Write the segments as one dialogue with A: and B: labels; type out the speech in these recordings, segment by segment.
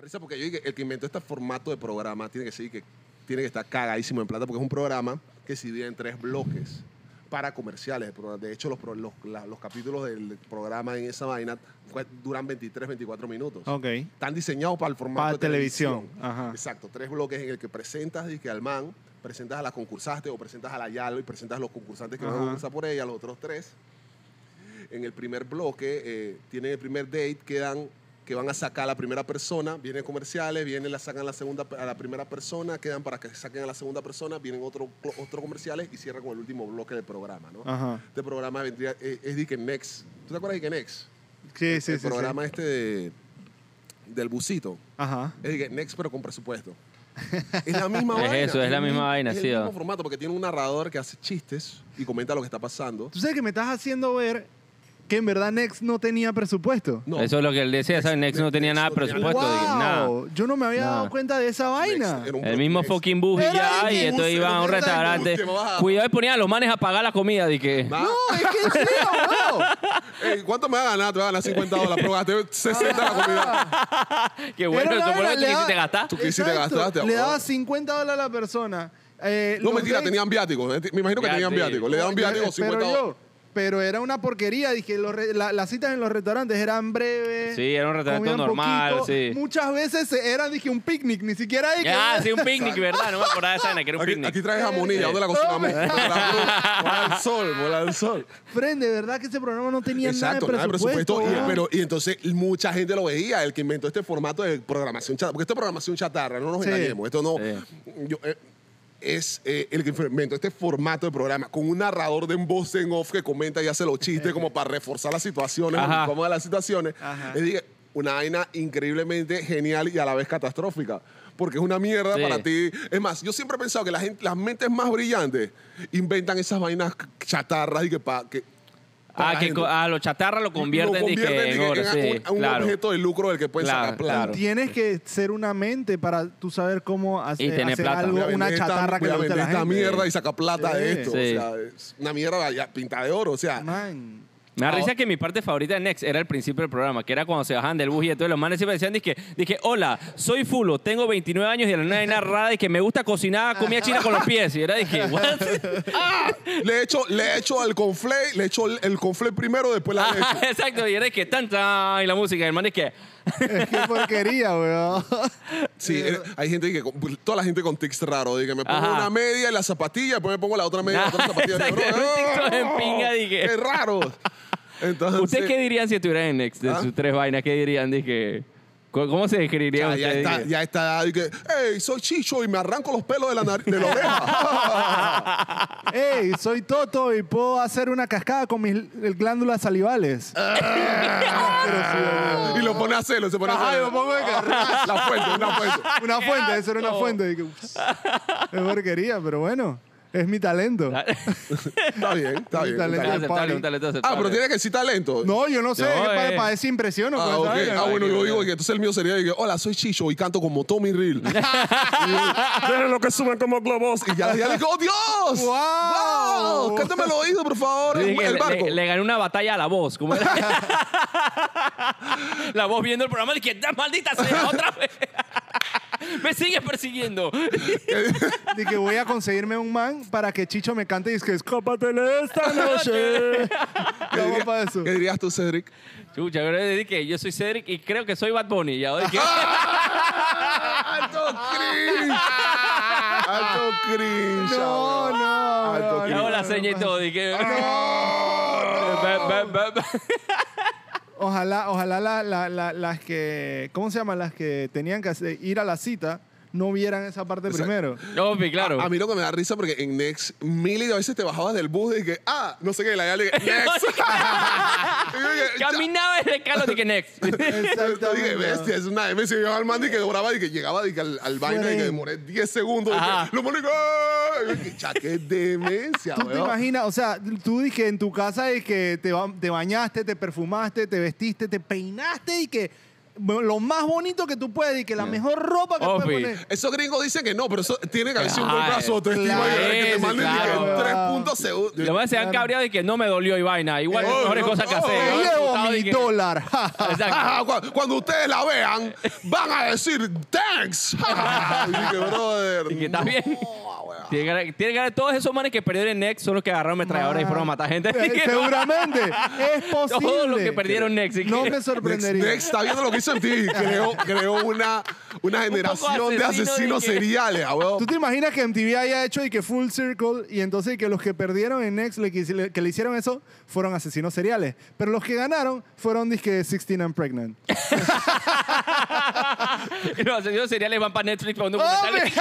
A: risa porque yo dije, el que inventó este formato de programa tiene que ser que tiene que estar cagadísimo en plata porque es un programa que se divide en tres bloques para comerciales. el programa. De hecho, los, pro- los, la- los capítulos del programa en esa vaina cu- duran 23, 24 minutos.
B: Ok.
A: Están diseñados para el formato
B: Para
A: de
B: televisión,
A: televisión.
B: ajá.
A: Exacto, tres bloques en el que presentas dizque, al man, presentas a la concursante o presentas a la Yalo y presentas a los concursantes que van
B: Ajá.
A: a concursar por ella, los otros tres. En el primer bloque eh, tienen el primer date, quedan que van a sacar a la primera persona, vienen comerciales, vienen la sacan a la segunda a la primera persona, quedan para que saquen a la segunda persona, vienen otros otro comerciales y cierran con el último bloque del programa, ¿no?
B: Ajá.
A: Este programa vendría eh, es de que Next. ¿Tú te acuerdas de que Next?
B: Sí, sí,
A: el
B: sí. sí.
A: programa este de- del busito.
B: Ajá.
A: Es decir, que Next, pero con presupuesto. Es la misma
C: Es
A: vaina.
C: eso, es la
A: el
C: misma
A: mi-
C: vaina,
A: es
C: sí, ah.
A: el
C: o.
A: mismo formato, porque tiene un narrador que hace chistes y comenta lo que está pasando.
B: Tú sabes que me estás haciendo ver que en verdad Next no tenía presupuesto.
A: No,
C: Eso es lo que él decía, ¿sabes? Next no tenía nada de
A: Next no tenía
C: presupuesto.
A: nada.
C: dije, nada.
B: Wow, Yo no me había
C: Nada.
B: dado cuenta de esa
A: Next
B: vaina.
A: era un
C: El
A: pro-
C: mismo
A: Next.
C: fucking bus y
B: Era
C: ya,
B: el
C: y
B: bus,
C: entonces
A: era
C: iban a
A: el
C: un
A: bus que
C: restaurante.
A: bajaba.
C: Cuidado y ponían a los manes a pagar la comida. Dije,
A: Va.
B: No, es que en serio, bro.
A: Ey, eh, ¿Cuánto me va a ganar? Te va a ganar 50 dólares. Pero gasté 60 la comida.
C: qué bueno,
B: Era una
C: eso fue lo
B: vaina,
C: que
B: le
C: tú
B: daba-
C: quisiste gastar.
A: Tú quisiste
B: Exacto,
A: gastaste,
B: Le
A: bro.
B: daba 50 dólares a la persona. Eh,
A: No,
B: los
A: mentira,
B: dates-
A: tenían viáticos. eh, Me imagino que
C: Ah, Ya,
A: tenían
C: sí.
A: viáticos. Le daban viáticos
B: Pero
A: 50
B: yo,
A: dólares.
B: pero era una porquería. Dije, los re- la- las citas en los restaurantes eran breves.
C: Sí, era un restaurante
B: comían
C: normal, sí.
B: Muchas veces era, dije, un picnic. Ni siquiera dije.
C: Ya, Ah, sí, un picnic, ¿verdad? No me acordaba de esa vaina, que era un
A: Aquí, aquí
C: picnic.
A: traes jamonilla. ¿Dónde la cocinamos?
B: Eh.
A: Para la cruz. Bola al sol, bola al sol.
B: Fren, de verdad que ese programa no tenía
A: Exacto,
B: nada de presupuesto. ah.
A: y,
B: weón.
A: pero, y entonces mucha gente lo veía, el que inventó este formato de programación chatarra. Porque esto es programación chatarra, no nos
B: Sí.
A: engañemos. Esto no.
C: Sí.
A: yo, eh, es eh, el que inventó este formato de programa con un narrador de un voz en off que comenta y hace los chistes como para reforzar las situaciones,
C: Ajá.
A: como las situaciones.
B: Ajá.
A: Es decir, una vaina increíblemente genial y a la vez catastrófica. Porque es una mierda
C: Sí.
A: para ti. Es más, yo siempre he pensado que la gente, las mentes más brillantes inventan esas vainas chatarras y que, pa, que
C: Ah,
A: para
C: que
A: la
C: co-
A: gente.
C: ah, los chatarras lo convierten,
A: Lo
C: dije,
A: convierten,
C: en
A: dije,
C: oro,
A: en
C: sí,
A: un, un
C: claro.
A: objeto de lucro del que pueden
C: Claro,
A: sacar plata.
C: claro.
B: Tienes que ser una mente para tú saber cómo hace-
C: Y
B: hacer,
C: tener plata.
B: algo,
A: Voy a vender
B: una
A: esta-
B: chatarra que
A: voy
B: le
A: a
B: guste a
A: vender
B: la
A: esta
B: gente.
A: mierda y saca plata de
B: Sí.
A: esto.
C: Sí.
A: O sea, es una mierda ya, pinta de oro. O sea,
B: Man.
C: Me da
A: Ah,
C: risa que mi parte favorita de Next era el principio del programa, que era cuando se bajaban del bus y entonces los manes siempre decían, dije, dije, hola, soy Fulo, tengo 29 años y de la nada hay una rara y que me gusta cocinar comida china con los pies. Y era, dije, what?
A: le echo, le echo el conflé, le echo el, el conflé primero, después la leche.
C: Ajá, exacto, y era que tan, tan, y la música, y el man es que,
B: Qué porquería, weón.
A: Sí, eh, hay gente que, con- toda la gente con tics raros. Diga, me pongo
C: Ajá.
A: una media y la zapatilla, después me pongo la otra media y la otra
C: Ah,
A: zapatilla. Digo,
C: exacto,
A: "Bro,
C: un TikTok
A: no,
C: en pinga", dije.
A: Qué raro. Entonces,
C: ¿ustedes qué dirían si estuvieran en Next de
A: ¿Ah?
C: sus tres vainas? ¿Qué dirían? Dije, ¿cu- ¿cómo se describiría
A: ya, ya
C: usted?
A: está,
C: Dije,
A: ya está, dije, hey, soy chicho y me arranco los pelos de la, nariz- de la oreja.
B: Ey, soy Toto y puel hacer una cascada con mis l- glándulas salivales. Asquerosidad,
A: y lo pone a hacerlo, se pone a
B: Ajá,
A: hacerlo.
B: lo pongo de carrera.
A: La fuente, una fuente.
B: weón. Una fuente, eso era una fuente. Y que, ups, Es porquería, pero bueno, es mi talento.
A: Está bien, está bien.
B: Talento.
A: está bien.
C: aceptable,
B: Pablo.
C: un talento
A: Ah, pero
C: aceptable.
A: tiene que decir talento.
B: No, yo no sé,
C: No,
B: es para,
C: eh.
B: para decir impresión o
A: Ah,
B: con esa
A: ok.
B: vaina.
A: Ah, bueno, yo digo que entonces el mío sería que, hola, soy Chicho y canto como Tommy Reel. Miren lo que suben como globos. Y ya, ya le digo, ¡oh, Dios!
B: Wow.
A: ¡Wow! Cántame el oído, por favor,
C: Dije
A: el,
C: que
A: el
C: le-
A: barco.
C: Le, le gané una batalla a la voz. ¿Cómo era? la voz viendo el programa y que "Da, maldita sea otra vez. Me sigue persiguiendo.
B: De que voy a conseguirme un man para que Chicho me cante y es que escápatele esta noche.
A: ¿Qué,
B: Vamos
A: diría-
B: para eso.
A: qué dirías tú, Cedric?
C: Chucha, pero le dije, yo soy Cedric y creo que soy Bad Bunny. Y ahora dije,
A: ¡Alto cringe! ¡Alto cringe!
B: No,
A: ahora.
B: no.
A: Alto
B: no,
A: que-
C: le
B: no,
C: hago la
B: no,
C: seña y
B: no.
C: todo. Dije,
A: Ah,
C: Ba, ba, ba, ba.
B: Ojalá, ojalá la- la- la- las que, ¿cómo se llama? Las que tenían que hacer- ir a la cita no vieran esa parte
A: Exacto.
B: primero.
C: No, pi, claro.
A: A mí lo que me da risa porque en Next mil y de veces te bajabas del bus y que ah, no sé qué, y la ya le dije, Next. Y yo dije, "Ya".
C: Caminaba desde Carlos, dije, next.
A: Yo dije, bestia,
B: Exactamente.
A: es una M. Si yo al man y que duraba y que llegaba y que al, al baño y que demoré 10 segundos.
C: Ajá.
A: Y que, lo morí, ¡Qué demencia,
B: Tú te
A: weón".
B: imaginas, o sea, tú dije en tu casa es que te, ba- te bañaste, te perfumaste, te vestiste, te peinaste y que lo más bonito que tú puedes y que la mejor ropa que
C: Ofi.
B: puedes poner.
A: Esos gringos dicen que no, pero eso tiene que haber sido un golpazo de autoestima
B: claro,
A: y que te
B: sí,
A: manden
B: claro.
A: dije, tres puntos segundos.
C: Los más se han cabreado y que no me dolió y vaina. Igual
A: Oh,
C: mejores
A: no,
C: cosas que
A: oh,
C: hacer.
A: oh,
B: Me
C: Yo he
B: llevo
C: disfrutado
B: mi
C: y que-
B: dólar. ja, ja.
A: Ajá,
C: Exacto.
A: cu- cuando ustedes la vean, van a decir thanks. y dije, brother.
C: Y que está bien.
A: no, weón.
C: Tiene que, haber- tiene que haber todos esos manes que perdieron en Next son los que agarraron metralladora y fueron a matar gente.
B: Eh, Seguramente. Es posible.
C: Todos los que perdieron Next. y que-
B: No me
A: Next,
B: sorprendería.
A: Next está viendo lo que hizo en ti. Creó, creó una, una generación de
C: asesino de
A: asesinos
C: que-
A: seriales, ah, weón.
B: ¿Tú te imaginas que MTV haya hecho y que Full Circle y entonces que los que perdieron en Next le quisi- le- que le hicieron eso fueron asesinos seriales? Pero los que ganaron fueron disque 16 and Pregnant.
C: Y los asesinos seriales van para Netflix para un documental.
B: ¡Hombre!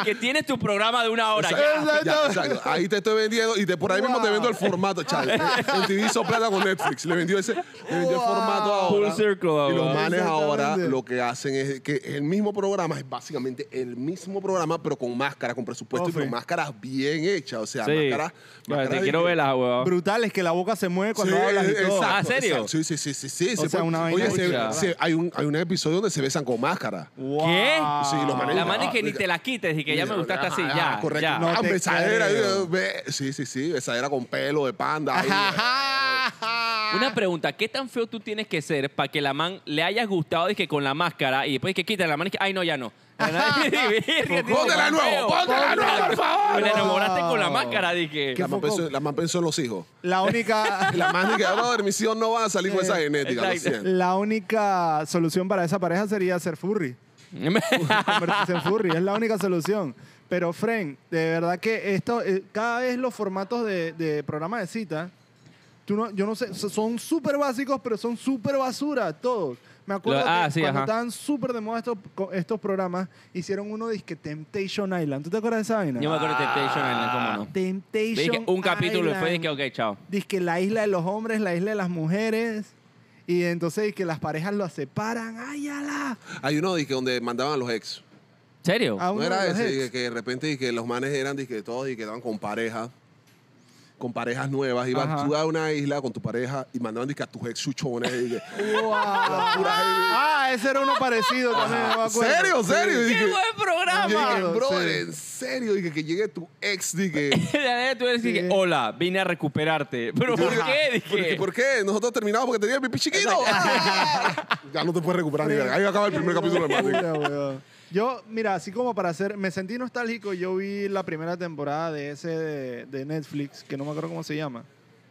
C: Y que tienes tu programa de una hora.
A: Exacto,
B: ya.
C: ya.
A: ya, exacto. Ahí te estoy vendiendo y te- por ahí mismo te
B: Wow.
A: vendo el formato, chaval. El TV hizo plata con Netflix. Le vendió ese, le vendió el
B: Wow.
A: formato ahora.
C: Full circle,
A: Y los
C: ahora.
A: manes ahora
B: Exactamente.
A: lo que hacen es que el mismo programa es básicamente el mismo programa, pero con máscara, con presupuesto y
B: Ofe.
A: con máscaras bien hechas. O sea,
C: Sí.
A: máscaras.
C: Bueno,
A: máscaras
C: Te
A: de
C: quiero
A: que-
C: ver las huevón.
B: Brutal, es que la boca se mueve cuando
A: Sí, eh,
B: hablas y todo.
A: exacto,
C: Ah, ¿serio?
A: exacto. Sí, sí, sí, sí, sí.
B: O
A: Se
B: sea,
A: fue-
B: una vaina
A: Oye, se-
C: mucha.
A: se- hay, un, hay un episodio donde se besan con máscara.
B: Wow.
C: ¿Qué?
A: Sí, los manes-
C: La
A: Ah,
C: man es que ni
A: mira.
C: te la quites y que ya me gustaste así,
A: Ah,
C: ya.
A: Correcto.
C: ya.
B: No
A: Ah,
B: te
A: besadera.
B: creo.
A: eh, be- Sí, sí, sí. Besadera con pelo de panda. ahí,
B: Ah.
C: Una pregunta, ¿qué tan feo tú tienes que ser para que la man le hayas gustado dije, con la máscara y después que quita la man y que, ay, no, ya no?
A: Póntela de
C: Póntela
A: Pues, nuevo, póntela de nuevo, por favor.
C: Me enamoraste con la
B: No.
C: máscara, dije.
A: La man,
B: foco?
A: pensó, la man pensó en los hijos.
B: La única...
A: Y la man dice, "Ah, brother, mis hijos no van a salir con esa genética, lo
C: exacto.
A: siento.
B: La única solución para esa pareja sería ser furry. Convertirse en furry. Es la única solución. Pero, Fren, de verdad que esto, eh, cada vez los formatos de, de programa de cita, tú no, yo no sé, so- son súper básicos, pero son súper basura todos. Me acuerdo
C: Lo- ah,
B: que
C: sí,
B: cuando
C: ajá.
B: estaban súper de moda estos, co- estos programas, hicieron uno de que Temptation Island. ¿Tú te acuerdas de esa vaina?
C: Yo me acuerdo de Temptation Island, cómo no.
B: Temptation
C: Dije, un capítulo y
B: Island.
C: fue dije, ok, chao.
B: Dice que la isla de los hombres, la isla de las mujeres. Y entonces que las parejas los separan. ¡Ay, ala!
A: Hay uno dizque, donde mandaban a los ex.
C: ¿Serio?
B: A
A: No
B: uno
A: era
B: de los
A: ese,
B: ex.
A: dizque, que de repente dizque, los manes eran dizque, todos y quedaban con pareja. Con parejas nuevas, ibas
B: Ajá.
A: tú a una isla con tu pareja y mandaban dizque, a tus ex chuchones. dizque.
B: Wow. Ah, ese era uno parecido también. no me acuerdo.
A: ¿Serio, serio?
B: Sí.
A: Y dije,
C: programa!
A: yo dije,
B: Amado,
A: brother,
B: sí.
A: en serio, dije que llegue tu ex, dije.
C: Tú eres dije,
B: Sí.
C: hola, vine a recuperarte. ¿Pero por qué?
A: ¿Por,
C: Dije,
A: por qué? Nosotros terminamos porque tenía el pipí chiquito. Ah. ya no te puedes recuperar ni verga. Ahí acaba el primer capítulo de Magic.
B: Puta, weón. Yo, mira, así como para hacer, me sentí nostálgico. Yo vi la primera temporada de ese de, de Netflix, que no me acuerdo cómo se llama.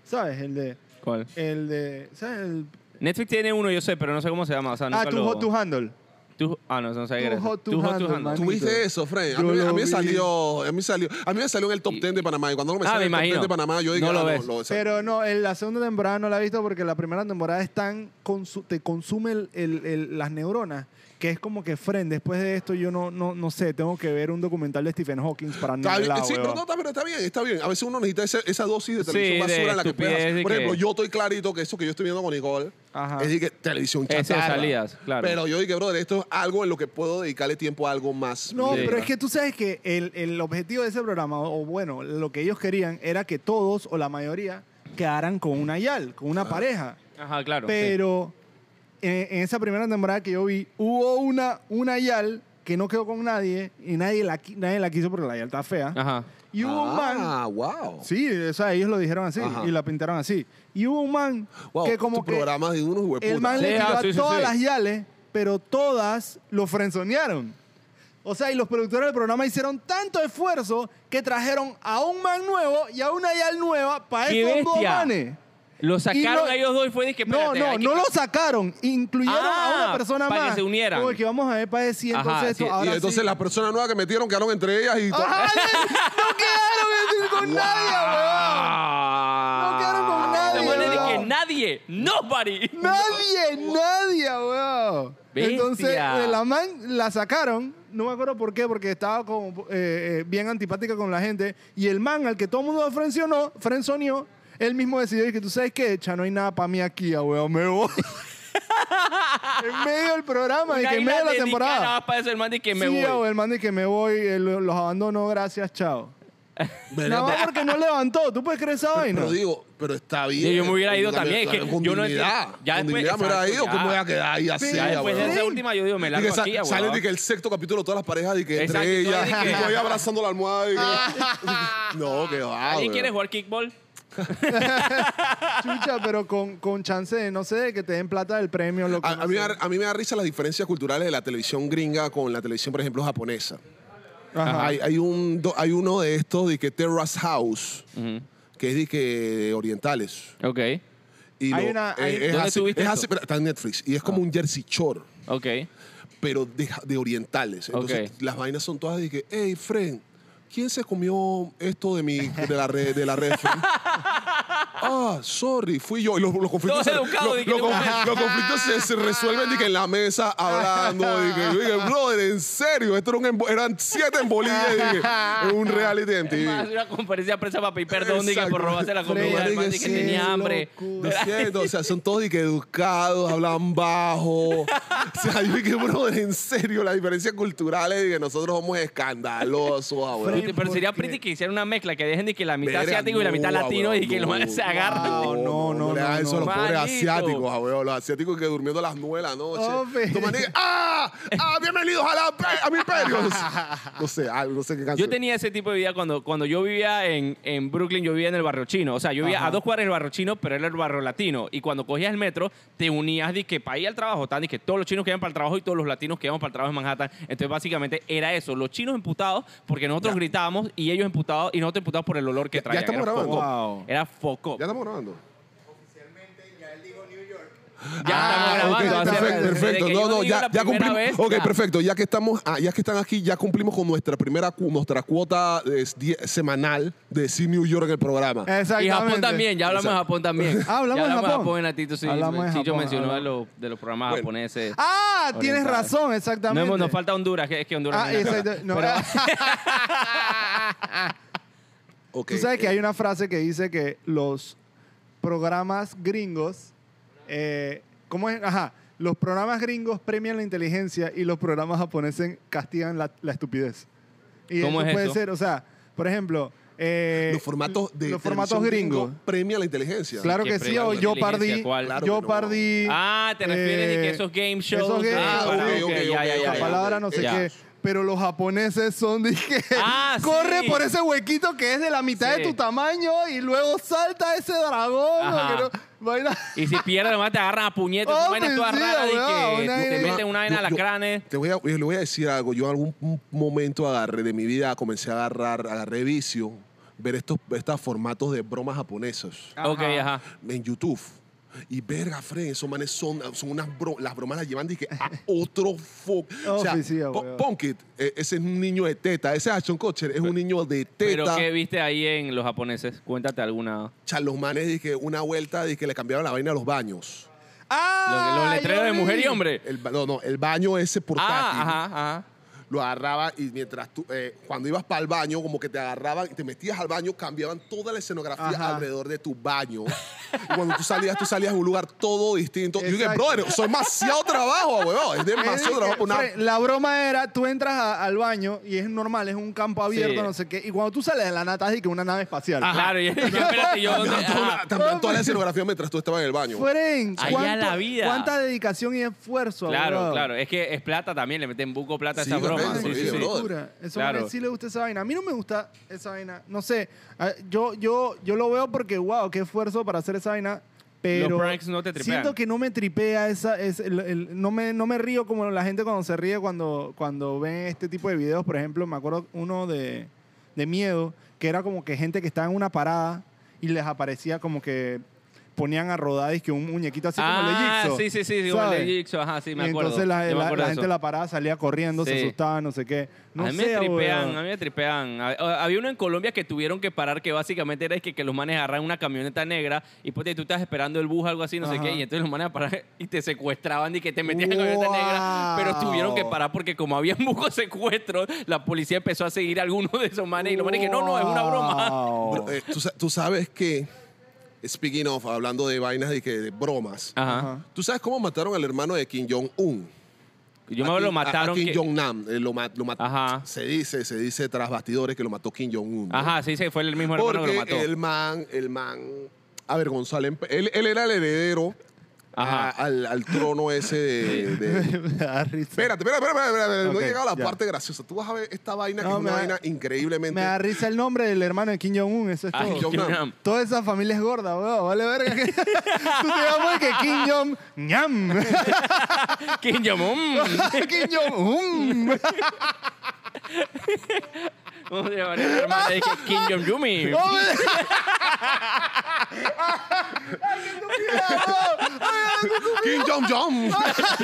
B: ¿Sabes? El de.
C: ¿Cuál?
B: El de. ¿Sabes? El,
C: Netflix tiene uno, yo sé, pero no sé cómo se llama. O sea, nunca
B: ah, tu
C: lo...
B: hot to handle.
C: Tú- ah, no, no sabía
B: Too
C: que era eso.
B: hot to
C: Too hot to
B: handle,
C: handle.
B: man.
A: ¿Tú viste eso, Fred? A
B: Yo
A: mí, a
B: lo
A: mí me
B: vi.
A: salió, a mí salió, a mí me salió en el top 10 de Panamá y cuando no me
C: Ah,
A: sale
C: me
A: en el top
C: imagino.
A: 10 de Panamá yo dije,
C: No lo
A: ah,
C: ves.
A: o sea,
B: Pero no, en la segunda temporada no la he visto porque la primera temporada es tan consu- te consume el- el- el- las neuronas que es como que friend, después de esto yo no, no, no sé, tengo que ver un documental de Stephen Hawking para
A: Está
B: no
A: bien,
B: la
A: sí, pero no,
B: hueva.
A: está, pero está bien, está bien. A veces uno necesita ese- esa dosis de
C: Sí,
A: televisión
C: de
A: basura en la que puedes
C: estupidez
A: hacer.
C: y
A: Por ejemplo,
C: que-
A: yo estoy clarito que eso que yo estoy viendo con Nicole
B: Ajá.
A: es de que televisión
C: Eso de
A: chatarra.
C: salidas, claro.
A: Pero yo dije, brother, esto es algo en lo que puedo dedicarle tiempo a algo más.
B: No,
C: Sí.
B: pero es que tú sabes que el, el objetivo de ese programa, o o bueno, lo que ellos querían era que todos o la mayoría quedaran con una yal, con una
A: Ah,
B: pareja.
C: Ajá, claro.
B: Pero eh, en, en esa primera temporada que yo vi, hubo una, una Yal que no quedó con nadie y nadie la, qui- nadie la quiso porque la Yal está fea.
C: sí. Ajá.
B: Y hubo un man.
A: Ah, wow.
B: Sí, o sea, ellos lo dijeron así
A: Ajá.
B: y la pintaron así. Y hubo un man
A: Wow,
B: que como
A: estos
B: que
A: programas de unos
B: el
A: hueputas.
B: man le
C: Sí,
B: tiró
C: ah,
B: a
C: sí, sí,
B: todas
C: sí.
B: las Yales, pero todas lo frenzonearon. O sea, y los productores del programa hicieron tanto esfuerzo que trajeron a un man nuevo y a una Yal nueva para
C: ¡Qué
B: esos dos
C: bestia!
B: manes.
C: Lo
B: no-
C: sacaron a ellos dos y fue dije,
B: No,
C: espérate,
B: no,
C: hay que-
B: no lo sacaron. Incluyeron
C: Ah,
B: a una persona
C: para que
B: más.
C: se unieran.
B: Como que vamos a ver para decir,
C: Ajá,
B: entonces
C: sí,
B: esto,
A: Y
B: ahora
A: entonces
B: sí.
A: las personas nuevas que metieron quedaron entre ellas y...
B: ¡Ajá! ¡No quedaron con nadie, weón!
C: Ah.
B: No quedaron con
C: La
B: nadie,
C: manera de que
B: weón.
C: nadie, nobody.
B: Nadie, nadie, weón.
C: Bestia.
B: Entonces, eh, la man la sacaron, no me acuerdo por qué, porque estaba como eh, eh, bien antipática con la gente. Y el man al que todo el mundo frencionó, frenzoneó, él mismo decidió que tú sabes qué, cha, no hay nada para mí aquí, ah, weón, me voy. en medio del programa, y que en medio de la temporada.
C: Nada "Ah, para eso, el man de que me
B: sí,
C: voy.
B: ah, weón, el man dice que me voy, eh, lo- los abandono, gracias, chao.
A: Verga,
B: Nada más
A: pero-
B: porque no levantó. ¿Tú puedes creer esa vaina?
A: Pero digo, pero está bien.
C: Sí, yo me hubiera ido
A: Con-
C: también, es que
A: con
C: yo no
A: dignidad,
C: entiendo. Ya
A: con
C: después-
A: dignidad me hubiera
C: exacto,
A: ido, ¿cómo
C: ya.
A: me voy a quedar ahí así?
B: Pero
A: ya,
C: Después de
A: weón?
B: bueno.
C: esa última, yo digo, me
A: Y que
C: largo
A: sa-
C: aquí, ya,
A: salen
C: huevón.
A: de que el sexto capítulo todas las parejas y que entre
C: Exacto, y
A: ellas
C: "Ah". de que-
A: y todavía abrazando la almohada y que- no que va
C: ¿Alguien
B: "Ah,
A: bro.
C: quiere jugar kickball?
B: Chucha, pero con, con chance de, no sé, de que te den plata del premio. Lo que
A: a,
B: no
A: a mí, me
B: sé.
A: da- a mí me da risa las diferencias culturales de la televisión gringa con la televisión por ejemplo japonesa
B: Ajá.
A: hay, hay un do- hay uno de estos de que Terrace House que es de que orientales
C: Ok,
A: y
B: Hay
A: lo-
B: una-
A: eh,
B: hay-
A: es
C: ¿Dónde
A: así,
C: tuviste Ah.
A: es
C: eso?
A: así, pero está en Netflix y es como un Jersey Shore
C: ok.
A: pero de, de orientales. Entonces,
C: Ok.
A: las vainas son todas de que, hey, friend, ¿quién se comió esto de, mi, de la red? De la red ah, sorry, fui yo. Y los, los conflictos,
C: Todos educados,
A: los-
C: de que
A: los
C: no
A: conf-
C: mames.
A: los conflictos se, se resuelven de que en la mesa hablando. De que, de que, brother, en serio, esto era un embo- eran siete en Bolivia. de que, en un reality en
C: Es más,
A: TV.
C: una conferencia de prensa para pedir perdón dije, por
A: Exacto.
C: robarse la
A: Pero,
C: comida.
A: marica,
C: además, dije,
A: sí,
C: tenía hambre.
A: Lo siento, o sea, son todos de que educados, hablan bajo. O sea, yo dije, bro, en serio, las diferencias culturales de que nosotros somos escandalosos, abuelo.
B: Fre-
C: Pero sería
B: ¿Por qué?
C: pretty que hiciera una mezcla, que dejen de que la mitad
A: Verga,
C: asiático y la mitad
A: no,
C: latino
A: abuelo,
C: y que los
A: no,
C: manes se agarran.
B: No, no, no,
A: le hagas
B: no,
A: eso a los
C: no.
A: pobres
C: Manito.
A: asiáticos, abuelo. Los asiáticos que durmiendo a las nueve de la noche.
B: Oh, ve.
A: Toman y- ¡Ah! ¡Ah! ¡Bienvenidos a, la pe- a mi imperio! No sé, No sé, algo, no sé qué canción.
C: Yo tenía ese tipo de vida cuando, cuando yo vivía en, en Brooklyn, yo vivía en el barrio chino. O sea, yo vivía
B: Ajá.
C: a dos cuadras del barrio chino, pero era el barrio latino. Y cuando cogías el metro, te unías de que para ir al trabajo, tan de que todos los chinos que iban para el trabajo y todos los latinos que iban para el trabajo en Manhattan. Entonces, básicamente era eso: los chinos emputados porque nosotros gritábamos y ellos emputados y nosotros emputados por el olor que
A: Ya- ya
C: traían.
A: estamos
C: era
A: grabando.
C: foco.
B: Wow.
C: Era foco.
A: ¿Ya estamos grabando?
C: Ya
A: Ah,
C: estamos grabando.
A: ok,
C: hace-
A: perfecto,
C: desde
A: perfecto.
C: que
A: No,
C: yo
A: no,
C: digo
A: ya,
C: la
A: ya
C: primera
A: cumplimos.
C: vez,
A: ok,
C: ya.
A: perfecto. Ya que estamos, ah, ya que están aquí, ya cumplimos con nuestra primera cu- nuestra cuota eh, die- semanal de See New York en el programa.
B: Exactamente.
C: Y Japón también, ya hablamos de Japón también.
B: Ah, hablamos
C: Ya
B: de
C: hablamos de
B: Japón.
C: Japón, Natito, sí.
B: Hablamos de
C: Chicho
B: Japón,
C: mencionó de
B: hablamos.
C: los, de los programas
A: Bueno.
C: japoneses.
B: Ah, tienes
C: orientales.
B: razón,
C: No
B: exactamente.
C: hemos- nos falta Honduras, que es que Honduras.
B: Ah,
C: no es nada.
B: exacto. No,
C: Pero-
A: Ok,
B: Tú sabes que
A: eh,
B: hay una frase que dice que los programas gringos, eh, ¿cómo es? Ajá, los programas gringos premian la inteligencia y los programas japoneses castigan la, la estupidez. Y
C: ¿Cómo
B: eso
C: es
B: puede
C: eso?
B: ser, o sea, por ejemplo, eh,
A: los formatos de
B: los formatos
A: televisión
B: gringos.
A: gringo premia la inteligencia.
B: Claro
C: Que
B: que sí,
C: premian
B: o
C: la
B: yo
C: inteligencia,
B: pardí,
C: ¿cuál?
A: Claro
B: yo
A: que no.
B: pardí.
C: ah, te refieres de que esos game shows.
B: esos game-
C: de-
B: Ah, ok,
C: para- ok,
A: ok, ok,
C: ya, ya, ya,
B: la
A: ok.
C: ya.
B: palabra no sé
C: Ya.
B: qué. Pero los japoneses son, dije,
C: Ah, sí.
B: corre por ese huequito que es de la mitad
C: Sí.
B: de tu tamaño y luego salta ese dragón.
C: Ajá.
B: o que no- vaina.
C: Y si pierdes, además te agarran a puñetas.
B: Oh,
C: una vaina toda
B: sí,
C: rara.
B: weón,
C: y
B: una
C: que te
B: vaina-
C: meten una
A: Yo-
C: vaina a las
A: yo-
C: cranes.
A: Te voy a, yo le voy a decir algo. Yo en algún m- momento agarré de mi vida, comencé a agarrar, agarré vicio, ver estos, estos formatos de bromas japonesas
C: Ok, ajá.
A: en YouTube. Y verga, Fred, esos manes son, son unas bromas. Las bromas las llevan dije, a otro foco. o sea,
B: Oh, sí, sí,
A: Po-
B: weón.
A: Punkit, eh, ese es un niño de teta. Ese Ashton Kutcher es un niño de
C: Pero
A: teta.
C: ¿qué viste ahí en los japoneses? Cuéntate alguna.
A: Cha, los manes dije, una vuelta dije, le cambiaron la vaina a los baños.
B: Ah,
C: Los, los
B: yo
C: letreros de
B: vi.
C: mujer y hombre.
A: El, ba- no, no, el baño ese portátil.
C: Ah, ajá, ajá.
A: lo agarraba y mientras tú, eh, cuando ibas para el baño, como que te agarraban y te metías al baño, cambiaban toda la escenografía
B: Ajá.
A: alrededor de tu baño. y cuando tú salías, tú salías a un lugar todo distinto. Y Yo dije,
B: Exacto.
A: brother, eso es demasiado trabajo, weón. Es
B: Es
A: demasiado
B: dije,
A: trabajo. para
B: Fre-
A: Una...
B: La broma era, tú entras a- al baño y es normal, es un campo abierto,
C: Sí.
B: no sé qué. Y cuando tú sales de la nata, es de que una nave espacial.
C: Claro, y espérate, yo. ¿dónde?
A: Cambiaban toda,
B: Ah,
C: Ajá.
A: la- cambiaban toda la escenografía mientras tú estabas en el baño.
B: Fren,
C: Allá
B: ¿cuánto-
C: la vida.
B: cuánta dedicación y esfuerzo.
C: Claro,
B: abogado?
C: claro. Es que es plata también, le meten buco plata a
A: Sí,
C: esa
A: de
C: broma.
A: repente,
C: Sí, sí,
A: sí,
C: sí.
A: bro.
B: Locura. Eso
C: Claro.
B: sí le gusta esa vaina. A mí no me gusta esa vaina. No sé. Ah, Yo, yo, yo lo veo porque, wow, qué esfuerzo para hacer esa vaina. Pero
C: Los pranks no te tripean.
B: siento que no me tripea esa, es el- el- no, me, no me río como la gente cuando se ríe cuando, cuando ven este tipo de videos. Por ejemplo, me acuerdo uno de, de miedo, que era como que gente que estaba en una parada y les aparecía como que ponían a rodar y que un muñequito así como el de
C: Ah,
B: Jigsaw,
C: sí, sí, sí, como el de
B: ¿sabes?
C: Jigsaw, ajá, sí, me
B: y
C: acuerdo.
B: entonces la,
C: Yo me
B: la-
C: acuerdo
B: la
C: de
B: gente
C: eso.
B: la parada salía corriendo, se
C: Sí.
B: asustaba, no sé qué. No
C: a mí
B: sé,
C: me tripean,
B: weón.
C: a mí me tripean. A- a- Había uno en Colombia que tuvieron que parar, que básicamente era que, que los manes agarran una camioneta negra y pues tú estás esperando el bus, algo así, no sé
B: Ajá.
C: qué, y entonces los manes parar y te secuestraban y que te metían en la camioneta
B: Wow.
C: negra, pero tuvieron que parar porque como había muchos secuestros, la policía empezó a seguir a algunos de esos manes y los manes que no, no, es una broma.
B: Wow.
A: Bro, eh, tú, sa- tú sabes que, speaking of, hablando de vainas y que de bromas,
C: Ajá.
B: Ajá.
A: ¿tú sabes cómo mataron al hermano de Kim Jong-un?
C: Yo me
A: A
C: acuerdo, lo
A: Kim- a- a
C: mataron.
A: Kim
C: que-
A: Jong-nam, eh, lo, ma- lo ma-
C: Ajá.
A: Se dice, se dice tras bastidores que lo mató Kim Jong-un. ¿no?
C: Ajá, sí, sí, fue el mismo hermano que lo
A: Porque
C: mató.
A: el man, el man avergonzó al empe- él, él era el heredero a-
C: Ajá.
A: al, al trono ese de... de-
B: Me da risa.
A: Espérate, espérate, espérate, espérate, espérate, no
B: Ok,
A: he llegado a la
B: ya.
A: parte graciosa. Tú vas a ver esta vaina que
B: No,
A: es una
B: me da-
A: vaina increíblemente...
B: Me da risa el nombre del hermano de Kim Jong-un, eso es
C: Ah,
A: Kim
B: todo.
A: Jong-nam.
C: Jong-nam.
B: Toda esa familia es gorda, weón. Vale verga. que- Tú te llamas que Kim Jong ñam.
C: Kim Jong-un.
B: Kim Jong un.
C: Vamos a llevar a la hermana de Kim Jong-yumi.
A: Kim Jong-jong.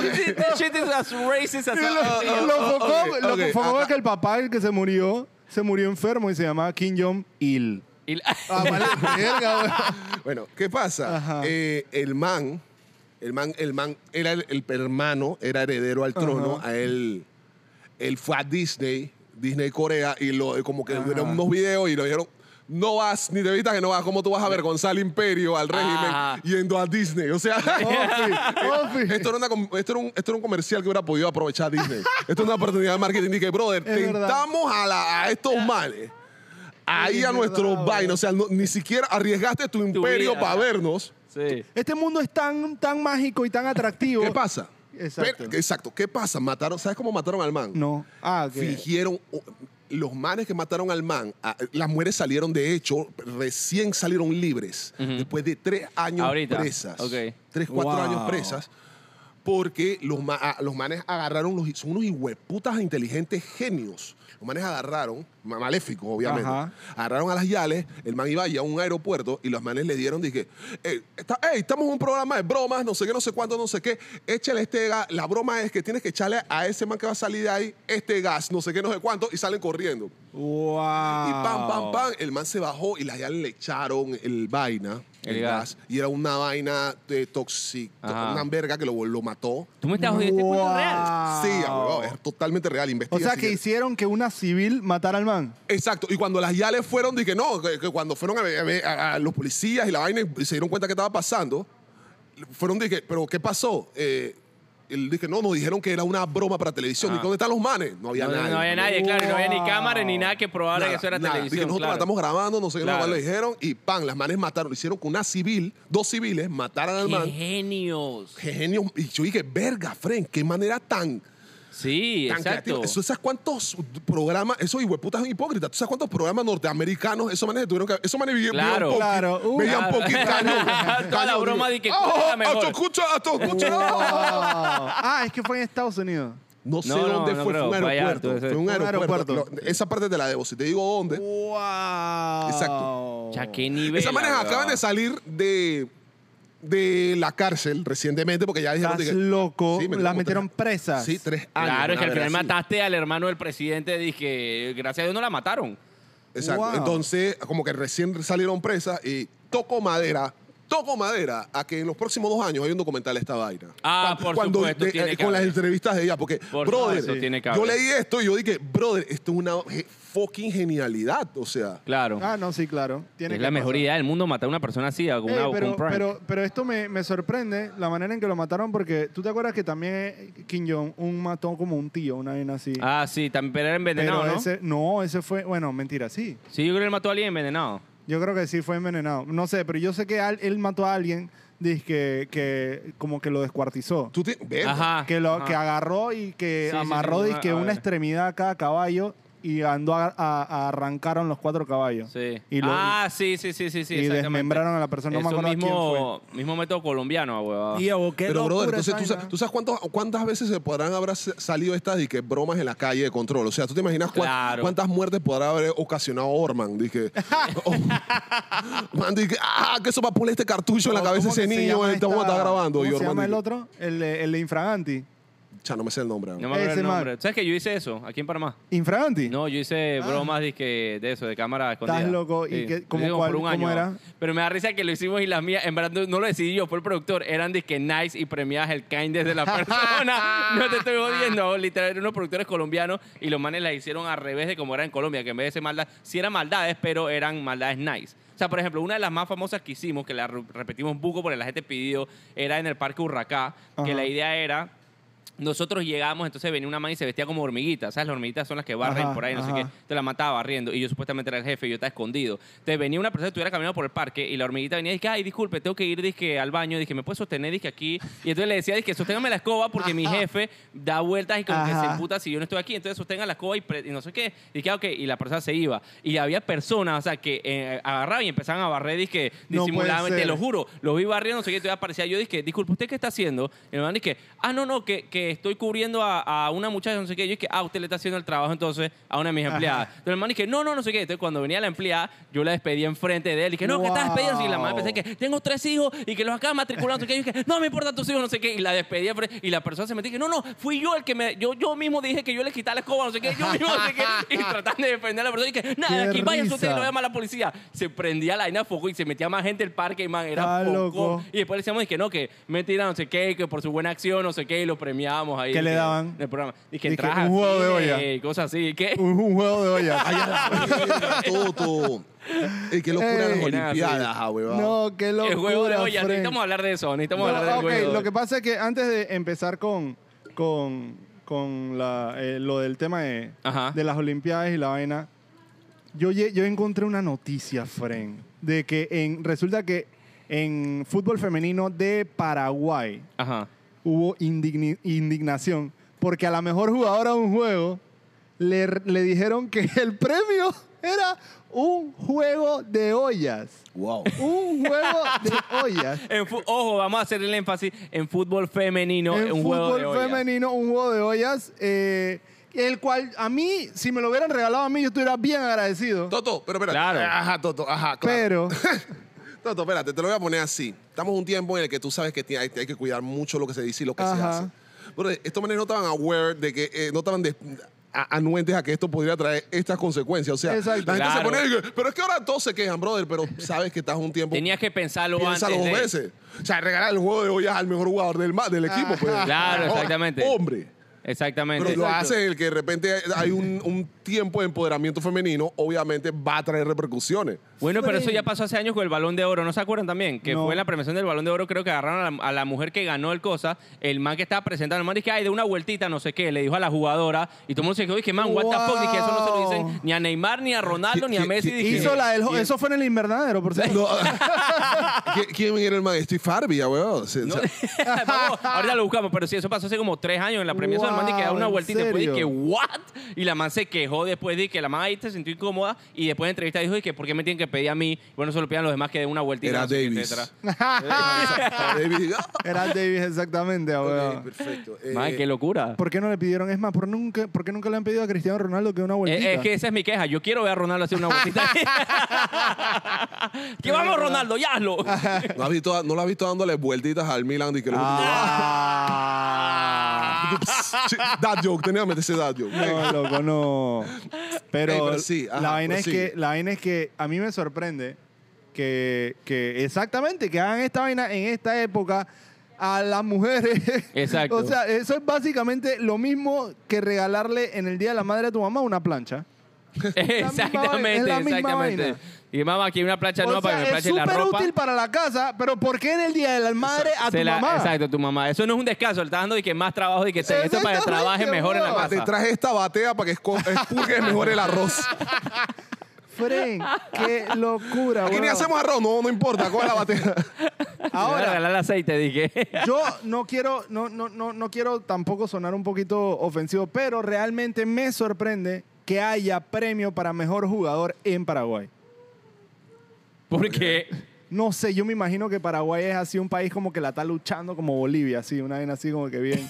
C: This shit is as racist as
B: Lo
A: oh,
B: lo
A: oh,
B: focó-
A: ok,
B: lo
A: ok,
B: que focó
A: ajá.
B: es que el papá, el que se murió, se murió enfermo y se llamaba Kim Jong Il.
C: Y la-
B: Ah, vale verga, weón.
A: Bueno, ¿qué pasa?
B: Ajá.
A: Eh, el man, el man, el man era el, el hermano, era heredero al trono. A él, él fue a Disney, Disney Corea, y lo, como que vieron unos videos y lo dijeron. No vas, ni te vistas que no vas, ¿cómo tú vas a avergonzar al imperio, al régimen,
C: Ah.
A: yendo a Disney? O sea,
B: Ofi, ofi.
A: esto, era una com- esto, era un, esto era un comercial que hubiera podido aprovechar Disney. esto es una oportunidad de marketing. Dije, brother,
B: Es verdad.
A: tentamos a, la- a estos males. Ahí
B: Es
A: a nuestro
B: verdad,
A: vaina. O sea, no- ni siquiera arriesgaste tu, imperio
C: vida.
A: para vernos.
C: Sí.
B: Este mundo es tan, tan mágico y tan atractivo.
A: ¿Qué pasa?
B: Exacto.
A: Pero- exacto. ¿Qué pasa? Mataron, ¿Sabes cómo mataron al man?
B: No. Ah, ok.
A: Fingieron. o- Los manes que mataron al man, a- las mujeres salieron de hecho, recién salieron libres, después de tres años
C: Ahorita.
A: presas.
C: Ok.
A: Tres, cuatro
B: Wow.
A: años presas. Porque los, ma- a- los manes agarraron, los, son unos hijueputas inteligentes genios. Los manes agarraron, ma- maléficos obviamente,
B: Ajá.
A: agarraron a las Yales, el man iba allá a un aeropuerto y los manes le dieron, dije, "Ey, está- ey, estamos en un programa de bromas, no sé qué, no sé cuánto, no sé qué, échale este gas, la broma es que tienes que echarle a ese man que va a salir de ahí este gas, no sé qué, no sé cuánto, y salen corriendo.
B: Wow.
A: Y
B: Ah.
A: pam, pam, pam, el man se bajó y las Yales le echaron el vaina, el,
C: El gas.
A: gas. y era una vaina de tóxica,
C: Ajá.
A: una verga que lo, lo mató.
C: Tú me estás jodiendo este cuento real.
A: Sí, huevón, es totalmente real,
B: O
A: investiga.
B: sea,
A: si
B: que
A: quieres.
B: hicieron que una civil matara al man.
A: Exacto, y cuando las Yales fueron, dije, no, que, que cuando fueron a, ver- a ver a- a los policías y la vaina y se dieron cuenta que estaba pasando, fueron, dije, pero ¿qué pasó? Eh, él dije, no, nos dijeron que era una broma para televisión. Dije, ¿dónde están los manes? No había
C: Ah. No,
A: nadie.
C: no había nadie, claro. y No había ni
B: Wow.
C: cámara ni nada que probara
A: Nada,
C: que eso era
A: nada. Dije,
C: televisión.
A: nosotros
C: claro.
A: la estamos grabando, no sé qué,
C: Claro.
A: nada más le dijeron, y pan, las manes mataron. Hicieron que una civil, dos civiles, mataran al
C: ¡Qué
A: man.
C: genios!
A: Qué genio. Y yo dije, verga, Fren, qué manera tan...
C: Sí,
A: tan
C: exacto.
A: creativo. Eso, ¿Sabes cuántos programas? Esos hijueputas son hipócritas. ¿Tú sabes cuántos programas norteamericanos esos manes tuvieron que Esos manes vivían
C: Claro.
B: Claro, uh,
A: veían
C: claro.
A: poquito cañón.
C: Toda la
A: Cañón,
C: broma
A: digo,
C: de que
A: "Ah,
C: escucha
A: oh,
C: la mejor".
A: ah, tú escucha, ah, tú escucha.
B: ah, es que fue en Estados Unidos.
A: No sé
C: No, no,
A: dónde
C: no
A: fue, fue un
C: creo. Vaya,
A: aeropuerto.
C: entonces,
A: Fue un
B: un
A: aeropuerto.
B: aeropuerto.
A: Lo- esa parte te la debo. Si te digo dónde.
B: Wow.
A: Exacto.
C: Ya, qué nivel.
A: Esas manes
C: la
A: acaban
C: verdad.
A: de salir de de la cárcel recientemente porque ya dijeron
B: Estás
A: que-
B: loco,
A: Sí, me-
B: las
A: como
B: metieron
A: tres-
B: presas.
A: sí tres años
C: Claro, es que
A: una
C: al final
A: verga así.
C: mataste al hermano del presidente. Dije, gracias a Dios no la mataron.
A: Exacto.
B: Wow.
A: Entonces, como que recién salieron presas y toco madera, toco madera a que en los próximos dos años hay un documental de esta vaina.
C: Ah, por supuesto,
A: de-
C: tiene
A: eh,
C: que
A: Con las
C: haber.
A: entrevistas de ella, porque,
C: Por
A: brother,
C: supuesto, tiene que
A: yo
C: haber.
A: leí esto y yo dije, brother, esto es una ge- fucking genialidad. O sea,
C: Claro.
B: Ah, no, sí, claro. Tiene
C: es
B: que
C: la mejor
B: pasar.
C: idea del mundo matar a una persona así, con,
A: Eh,
B: Ey,
C: una, con
B: pero,
C: un prank.
B: pero, pero esto me, me sorprende la manera en que lo mataron porque tú te acuerdas que también eh, Kim Jong-un mató como un tío, una vaina así.
C: ah, sí, también pero era envenenado,
B: Pero
C: ¿no?
B: ese, no, ese fue, bueno, mentira, sí.
C: Sí, yo creo que él mató a alguien envenenado.
B: Yo creo que sí fue envenenado. No sé, pero yo sé que al- él mató a alguien dice que, que como que lo descuartizó.
A: tú tienes. verga.
C: Ajá.
B: que, lo,
C: Ah, ajá.
B: que agarró y que
C: Sí, sí,
B: amarró
C: sí,
B: dizque,
C: a- a
B: una
C: ver.
B: extremidad a cada caballo y andó a, a- a- arrancaron los cuatro caballos.
C: Sí.
B: Y lo-
C: ah, sí, sí, sí, sí, sí.
B: y
C: exactamente.
B: desmembraron a la persona, no me
C: Eso
B: acuerdo quién
C: mismo, mismo método colombiano, huevón.
A: Pero, brother, entonces tú, sa- tú sabes cuántos- cuántas veces se podrán haber salido estas y que bromas en la calle de control. O sea, tú te imaginas cuán-
C: Claro.
A: cuántas muertes podrá haber ocasionado Orman. Dije, oh, man, dije, ah, que eso va a poner este cartucho en la
B: ¿Cómo
A: cabeza ese
B: que se
A: niño,
B: llama
A: este
B: esta-
A: está grabando.
B: ¿Cómo
A: Y
B: se llama
A: Orman,
B: el
A: dije,
B: otro? El, de- el de Infraganti.
A: cha, no me sé el nombre.
C: No me acuerdo
B: Ese
C: el
B: man.
C: nombre. ¿Sabes que yo hice eso aquí en Panamá?
B: ¿Infraganti?
C: No, yo hice
B: Ah.
C: bromas dizque, de eso, de cámara escondida.
B: loco, ¿y qué-
C: Lo hice
B: cómo
C: como
B: cuál-
C: por un
B: cómo
C: año.
B: era?
C: Pero me da risa que lo hicimos y las mías, en verdad no- no lo decidí yo, fue el productor, eran disque nice y premiadas el kindness de la persona. no te estoy jodiendo, literal, eran unos productores colombianos y los manes las hicieron al revés de como era en Colombia, que en vez de ser maldad, sí eran maldades, pero eran maldades nice. O O sea, por ejemplo, una de las más famosas que hicimos, que la re- repetimos un poco porque la gente pidió, era en el Parque Urracá, que
B: Ajá.
C: la idea era... Nosotros llegamos, entonces venía una man y se vestía como hormiguita, ¿sabes? Las hormiguitas son las que barren
B: Ajá,
C: por ahí, no sé
B: ajá.
C: qué. Te la mataba barriendo y yo supuestamente era el jefe y yo estaba escondido. Te venía una persona que estuviera caminando por el parque y la hormiguita venía y dije, ay, disculpe, tengo que ir dizque, al baño, dije, ¿me puedes sostener? Dije, aquí. Y entonces le decía, dije, sosténgame la escoba porque mi jefe da vueltas y como que
B: Ajá.
C: se emputa si yo no estoy aquí. Entonces sostenga la escoba y, pre- y no sé qué. Dije, ah, ok, y la persona se iba. Y había personas, o sea, que eh, agarraban y empezaban a barrer, dije,
B: No puede
C: disimuladamente,
B: ser.
C: lo juro. Lo vi barriendo, no sé qué, todavía aparecía yo, dije, disculpe, ¿usted qué está haciendo? Y me van dije, ah, no, no, que, que estoy cubriendo a, a una muchacha, no sé qué. Yo dije, ah, usted le está haciendo el trabajo entonces a una de mis
B: Ajá.
C: empleadas. Entonces el man dije, no, no, no sé qué. Entonces cuando venía la empleada, yo la despedí enfrente de él. Dije, no, que estás despedido. Y la madre
B: Wow.
C: pensé que tengo tres hijos y que los acaba matriculando. no sé qué. Yo dije, no me importa tus hijos, no sé qué. Y la despedí enfrente. Y la persona se metió y dije, no, no, fui yo el que me. Yo, yo mismo dije que yo le quitaba la escoba, no sé qué. Yo mismo, no sé qué. Y tratando de defender a la persona. Y dije, nada,
B: Qué
C: aquí vayan
B: risa.
C: ustedes y no llama a la policía. Se prendía la vaina a foco y se metía más gente al parque y man, era
B: Está
C: poco.
B: Ah, loco.
C: Y después le decíamos que no, que mentira, no sé qué, que por su buena acción, no sé qué, y lo premiábamos ahí.
B: ¿Qué le
C: dije,
B: daban?
C: En el programa. Dije,
B: Dije,
C: entrajas
B: un juego
C: así,
B: de olla.
C: eh, Cosas así. ¿Qué?
B: Un, un juego de olla.
A: Ay, a la todo. Y qué locura
B: Ey.
A: las
C: Nada,
A: Olimpiadas, ah, huevón.
B: No, qué locura.
C: El juego de olla.
B: Fren.
C: Necesitamos hablar de eso. Necesitamos
B: No,
C: hablar del
B: ok,
C: juego de olla.
B: lo que pasa es que antes de empezar con, con, con la, eh, lo del tema de,
C: Ajá.
B: de las Olimpiadas y la vaina, yo, lle- yo encontré una noticia, Fren, de que en, resulta que en fútbol femenino de Paraguay
C: Ajá.
B: hubo indigni- indignación porque a la mejor jugadora de un juego le, le dijeron que el premio era un juego de ollas.
A: Wow.
B: Un juego de ollas.
C: En fu- Ojo, vamos a hacer el énfasis en fútbol femenino,
B: en
C: en un
B: fútbol
C: juego de olla.
B: femenino, un juego de ollas, eh, el cual a mí, si me lo hubieran regalado a mí, yo estuviera bien agradecido.
A: Toto, pero espérate.
C: Claro.
A: Ajá, Toto, ajá, claro.
B: Pero,
A: Toto, espérate, te lo voy a poner así. Estamos en un tiempo en el que tú sabes que tiene- hay, hay que cuidar mucho lo que se dice y lo que
B: Ajá.
A: se hace. Pero estos manes no estaban aware de que, eh, no estaban des- a- anuentes a que esto podría traer estas consecuencias. O sea,
B: Exacto.
A: la gente se
C: Claro.
A: pone, y que, pero es que ahora todos se quejan, brother, pero sabes que estás un tiempo.
C: Tenías que pensarlo
A: Piénsalo dos
C: antes. de-
A: veces. O sea, regalar el juego de ollas al mejor jugador del, ma- del equipo. Pues.
C: Claro,
A: Ahora,
C: exactamente.
A: Hombre.
C: Exactamente.
A: Pero lo
C: Exacto.
A: hace el que de repente hay un, un tiempo de empoderamiento femenino, obviamente va a traer repercusiones.
C: Bueno, pero eso
B: Fren.
C: ya pasó hace años con el Balón de Oro, ¿no se acuerdan también? Que
B: No.
C: fue en la premiación del Balón de Oro, creo que agarraron a la, a la mujer que ganó el cosa, el man que estaba presentando, el man dije, ay, de una vueltita, no sé qué, le dijo a la jugadora, y todo el mundo se quedó, dije, man, what the fuck, dije, eso no se lo dicen
B: Wow.
C: ni a Neymar, ni a Ronaldo, ni a
A: ¿Qui- qui-
C: Messi,
A: qui-
C: dije,
B: hizo la del jo- Eso fue en el invernadero, por cierto.
A: No. ¿Qui- ¿Quién era el man? Steve Harvey, ah, weón. O sea,
C: No,
A: o sea,
C: vamos, ahorita lo buscamos, pero sí, eso pasó hace como tres años en la premiación. el man dije, da
B: Wow,
C: una
B: ¿en
C: vueltita y después dije,
B: serio?
C: ¿what? Y la man se quejó después de que la man ahí se sintió incómoda y después de entrevista dijo, que ¿por qué me tienen que pedir a mí? Bueno, solo pidan los demás que den una vueltita.
A: Era
C: no sé qué,
A: Davis.
C: etcétera.
A: David, ah,
B: Era Davis, exactamente,
A: ok,
B: abogado.
A: perfecto. Eh,
C: Man, qué locura.
B: ¿Por qué no le pidieron? Es más, ¿por, nunca, ¿por qué nunca le han pedido a Cristiano Ronaldo que una
C: Eh, Es,
B: vueltita?
C: es que esa es mi queja. Yo quiero ver a Ronaldo hacer una vueltita. que vamos, Ronaldo, ya hazlo. Eh,
A: ¿no, has visto, no lo has visto dándole vueltitas al Milan y que lo-
B: Ah.
A: Sí, That joke, tenía que meterse that joke.
B: No, loco, no. Pero,
A: Ey, pero sí, ajá,
B: la, vaina es
A: prosigue.
B: que, la vaina es que a mí me sorprende que, que exactamente que hagan esta vaina en esta época a las mujeres.
C: Exacto.
B: o sea, eso es básicamente lo mismo que regalarle en el Día de la Madre a tu mamá una plancha.
C: exactamente,
B: es la misma
C: exactamente.
B: vaina.
C: Y mamá, aquí hay una plancha
B: o
C: nueva para que me
B: sea, es
C: planche la
B: súper
C: ropa.
B: útil para la casa, pero ¿por qué en el Día de la Madre a
C: Se
B: tu
C: la-
B: mamá?
C: Exacto, tu mamá. Eso no es un descanso. Le estás dando de que más trabajo y que te- esto es para que
B: Exactamente,
C: trabajes mejor en la
B: weón.
A: Te
C: casa.
A: traje esta batea para que esco- expurgues mejor el arroz.
B: Fren, qué locura,
A: Aquí ni
B: weón.
A: hacemos arroz, no, no importa, coge la batea.
C: Ahora.
B: Ahora,
C: regalar el aceite, dije.
B: Yo no quiero, no, no, no, no quiero tampoco sonar un poquito ofensivo, pero realmente me sorprende que haya premio para mejor jugador en Paraguay.
C: Porque
B: No sé, yo me imagino que Paraguay es así un país como que la está luchando como Bolivia, así, una vaina así como que bien.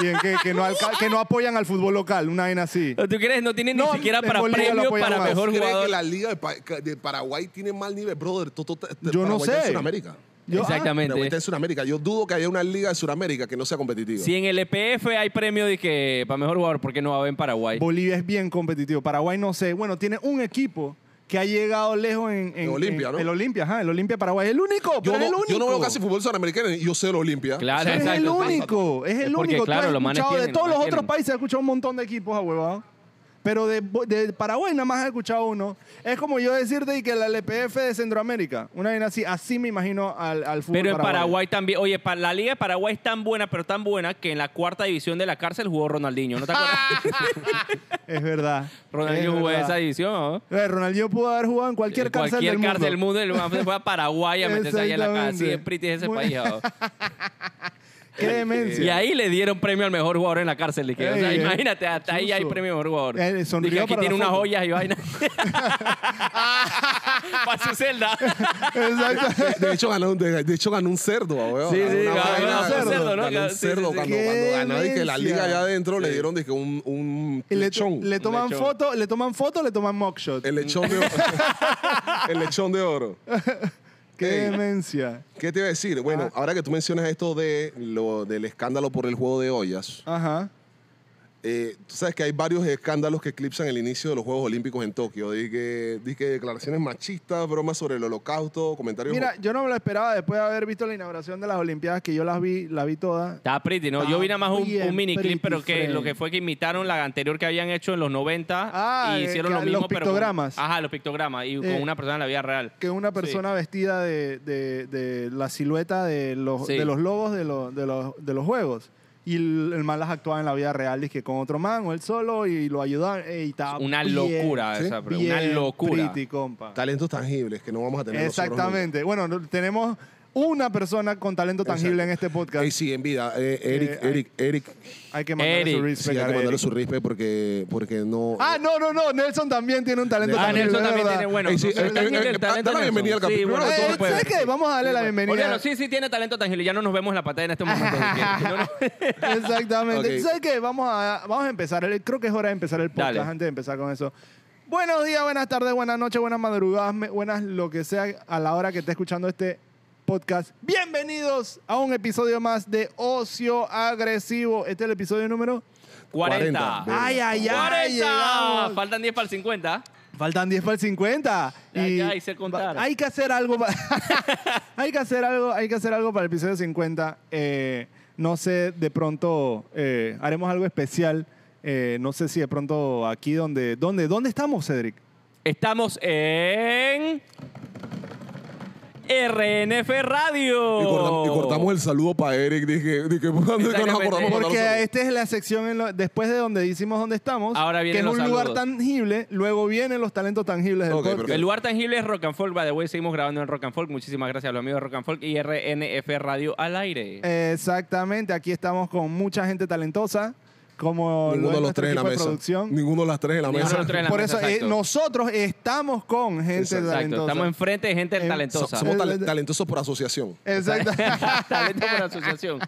B: bien que, que no alca- que no apoyan al fútbol local, una vaina así.
C: tú crees, no tiene ni
B: No,
C: siquiera
B: en
C: para
B: Bolivia lo
C: premio
B: apoyan
C: para
B: más.
C: mejor
A: ¿Crees
C: jugador.
A: que la liga de, Pa- de Paraguay tiene mal nivel, brother? Toto- t- t-
B: Yo no
A: Paraguay está en
B: sé.
A: Sudamérica.
B: Yo, ah,
A: Paraguay
C: Exactamente.
A: está en Sudamérica. Yo dudo que haya una liga de Sudamérica que no sea competitiva.
C: Si en el EPF hay premio de que para mejor jugador, ¿por qué no va a haber en Paraguay?
B: Bolivia es bien competitivo. Paraguay no sé. Bueno, tiene un equipo que ha llegado lejos en, en-
A: El Olimpia,
B: en-
A: ¿no?
B: El Olimpia, ajá, el Olimpia Paraguay. El único,
A: yo,
B: pero es el
A: no,
B: único.
A: yo no veo casi fútbol sudamericano, y yo sé el Olimpia.
C: Claro,
B: Es el
C: Ah, exacto.
B: único, es
C: Es
B: el
C: porque,
B: único. Tú
C: claro,
B: has
C: los manes
B: escuchado
C: tienen,
B: de todos
C: los
B: los
C: manes
B: otros
C: tienen.
B: países, he escuchado un montón de equipos, ahuevado. ah, Pero de, bo- de Paraguay nada más he escuchado uno. Es como yo decirte y que la LPF de Centroamérica. Una vaina así, así me imagino al, al fútbol.
C: Pero en
B: paraguayo.
C: Paraguay también, oye, pa- la Liga de Paraguay es tan buena, pero tan buena que en la cuarta división de la cárcel jugó Ronaldinho, ¿no te acuerdas?
B: Es verdad.
C: Ronaldinho
B: es
C: jugó en
B: verdad.
C: esa división, ¿no? Eh,
B: Eh, Ronaldinho pudo haber jugado en cualquier cárcel
C: Cualquier
B: del mundo.
C: cárcel del mundo, el man se fue a Paraguay a meterse ahí en la cárcel. Así de
B: Exactamente.
C: pretty es ese
B: Muy-
C: país. ¿no?
B: Qué demencia.
C: Eh, Y ahí le dieron premio al mejor jugador en la cárcel. dije. O sea,
B: Ey,
C: imagínate, hasta ahí hay
B: chuzo.
C: premio al mejor jugador.
B: Él sonrió
C: Dije, aquí
B: para
C: tiene
B: la
C: unas
B: foto.
C: joyas y vaina. Para su celda.
B: Exacto.
A: De hecho, ganó, un- de, de hecho ganó un cerdo, weón.
C: Sí,
A: Ganó
C: sí,
A: una
C: ganó
A: vaina,
B: un cerdo,
C: ¿no?
A: Ganó un
C: Sí, sí,
A: cerdo
C: sí.
A: cuando,
B: Qué
A: cuando ganó. Y que la
B: demencia.
A: liga allá adentro le dieron dije, un, un
B: Y le,
A: lechón.
B: le toman
C: lechón.
B: foto, le toman foto, le toman mockshot.
A: el lechón de oro. el lechón de oro.
B: Qué
A: Ey.
B: demencia.
A: ¿Qué te iba a decir? Bueno,
C: Ah.
A: ahora que tú mencionas esto de lo, del escándalo por el juego de ollas,
B: Ajá.
A: eh, tú sabes que hay varios escándalos que eclipsan el inicio de los Juegos Olímpicos en Tokio. Dije, dije declaraciones machistas, bromas sobre el holocausto, comentarios...
B: Mira, yo no me lo esperaba después de haber visto la inauguración de las Olimpiadas, que yo las vi, la vi todas.
C: Está pretty, ¿no? Yo vi nada más un,
B: Está
C: un mini
B: pretty,
C: clip, pero que
B: Fred.
C: lo que fue que imitaron la anterior que habían hecho en los 90
B: Ah,
C: y
B: eh,
C: hicieron
B: que-
C: lo mismo.
B: los
C: pero con-
B: pictogramas.
C: ajá, los pictogramas
B: Eh,
C: y con una persona en la vida real.
B: Que una persona vestida de, de- de la silueta de los,
C: Sí.
B: de los logos de, los- de los, de los juegos. Y el, el man las actuaba en la vida real, que con otro man o él solo y lo ayudaban. Ey, estaba
C: Una
B: ah, bien,
C: locura esa, pero una
B: bien
C: locura.
B: pretty, compa.
A: Talentos tangibles que no vamos a tener nosotros nunca.
B: Exactamente. Bueno, no- tenemos una persona con talento tangible en este podcast.
A: Ey, sí, en vida. eh, Eric,
B: Eh,
A: Eric, Eric.
B: Hay que mandarle
C: Eric.
B: su
A: Sí,
B: respect
A: hay
B: a
A: que mandarle
B: Eric.
A: su rispe porque, porque no.
B: Ah, no, no, no. Nelson también tiene un talento
C: Ah,
B: tangible,
C: Nelson
B: es
C: también
B: verdad.
C: tiene, bueno,
A: Ey, sí,
C: no sé,
A: eh,
C: tiene
A: eh,
C: el
A: eh,
C: talento
A: dale la
C: de
A: bienvenida
C: Nelson.
A: al capítulo.
C: bueno,
A: Eh,
C: todo
B: Eh,
C: puede.
B: ¿Sabes qué? Vamos a darle la bienvenida.
C: Olvídalo, sí, sí tiene talento tangible. Ya no nos vemos en la pantalla en este momento. dije. No, no.
B: Exactamente.
A: Ok.
B: ¿Sabes qué? Vamos a, vamos a empezar. el- Creo que es hora de empezar el podcast
C: Dale.
B: antes de empezar con eso. Buenos días, buenas tardes, buenas noches, buenas madrugadas, me- buenas lo que sea a la hora que esté escuchando este podcast. Bienvenidos a un episodio más de Ocio Agresivo. Este es el episodio número.
C: 40.
A: 40.
B: ¡Ay, ay, ay!
C: 40.
B: llegamos.
C: Faltan 10 para el 50.
B: Faltan 10 para el 50.
C: Ya, ya, y sé contar.
B: va- Hay que hacer algo para. hay que hacer algo, hay que hacer algo para el episodio 50. Eh, no sé, de pronto eh, haremos algo especial. Eh, no sé si de pronto aquí donde. ¿Dónde, dónde estamos, Cedric?
C: Estamos en. RNF Radio.
A: Y, cortam- y cortamos el saludo para Eric. Dije, dije ¿por dónde es que nos acordamos para
B: Porque
A: darle un
B: esta es la sección en lo- después de donde decimos dónde estamos.
C: Ahora
B: que es
C: vienen
B: un
C: los
B: lugar
C: saludos.
B: tangible. Luego vienen los talentos tangibles del
A: Ok,
B: podcast.
A: perfecto.
C: El lugar tangible es Rock and Folk. By the way, seguimos grabando en Rock and Folk. Muchísimas gracias a los amigos de Rock and Folk y RNF Radio al aire.
A: Eh,
B: Exactamente. Aquí estamos con mucha gente talentosa. Como
A: saludo?
B: lo
A: Ninguno de
B: es
A: los
B: nuestro
A: tres en la
B: equipo de
A: mesa.
B: producción.
A: Ninguno de los tres en la
C: Ninguno de
A: mesa.
C: los tres en la
B: Por
C: mesa,
B: eso eh,
C: exacto.
B: nosotros estamos con gente
A: Exacto,
B: talentosa.
C: Exacto. Estamos enfrente de
B: Eh,
C: gente
A: Em, So-
C: talentosa.
A: Somos tale-
B: Eh,
A: talentosos por asociación.
B: Exacto.
C: Talento por asociación.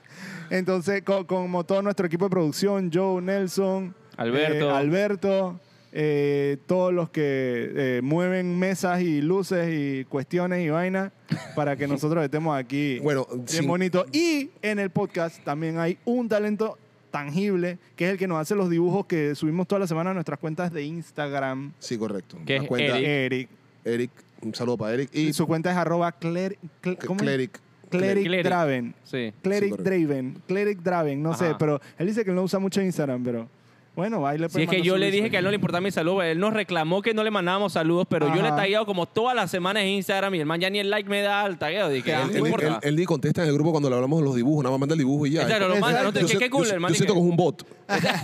B: Entonces, co- como todo nuestro equipo de producción, Joe, Nelson,
C: Alberto.
B: eh, Alberto, eh, todos los que eh, mueven mesas y luces y cuestiones y vainas para que nosotros estemos aquí
A: Bueno,
B: bien
A: sin-
B: bonito. Y en el podcast también hay un talento tangible, que es el que nos hace los dibujos que subimos toda la semana a nuestras cuentas de Instagram.
A: Sí, correcto.
C: Que
A: La
C: es
A: cuenta-
C: Eric.
B: Eric.
A: Eric, Un saludo para Eric. Y
B: Y su cuenta es arroba cler, cl- ¿cómo es?
A: Cleric.
B: Cleric,
C: Cleric.
B: Draven.
C: Sí.
A: Sí,
B: Cleric
A: correcto.
B: Draven. Cleric Draven, no sé,
C: Ajá.
B: pero él dice que él no usa mucho Instagram, pero bueno, baile
C: Si es que yo le dije que a él no le importaba mi salud, él nos reclamó que no le mandábamos saludos, pero yo le he
B: Ajá.
C: tagueado como todas las semanas en Instagram y el man ya ni el like me da al tagueo.
B: Te
C: Dije, él
B: amo.
A: Él,
C: no
A: él-
C: importa.
A: él- él ni contesta en el grupo cuando le hablamos de los dibujos, nada más manda el dibujo y ya.
C: Exacto, lo
A: Yo
C: manda, no te-
A: sé-
C: que- qué cool,
A: yo,
C: el man
A: yo
C: dije.
A: siento que es un bot.
C: El
A: Yo
C: man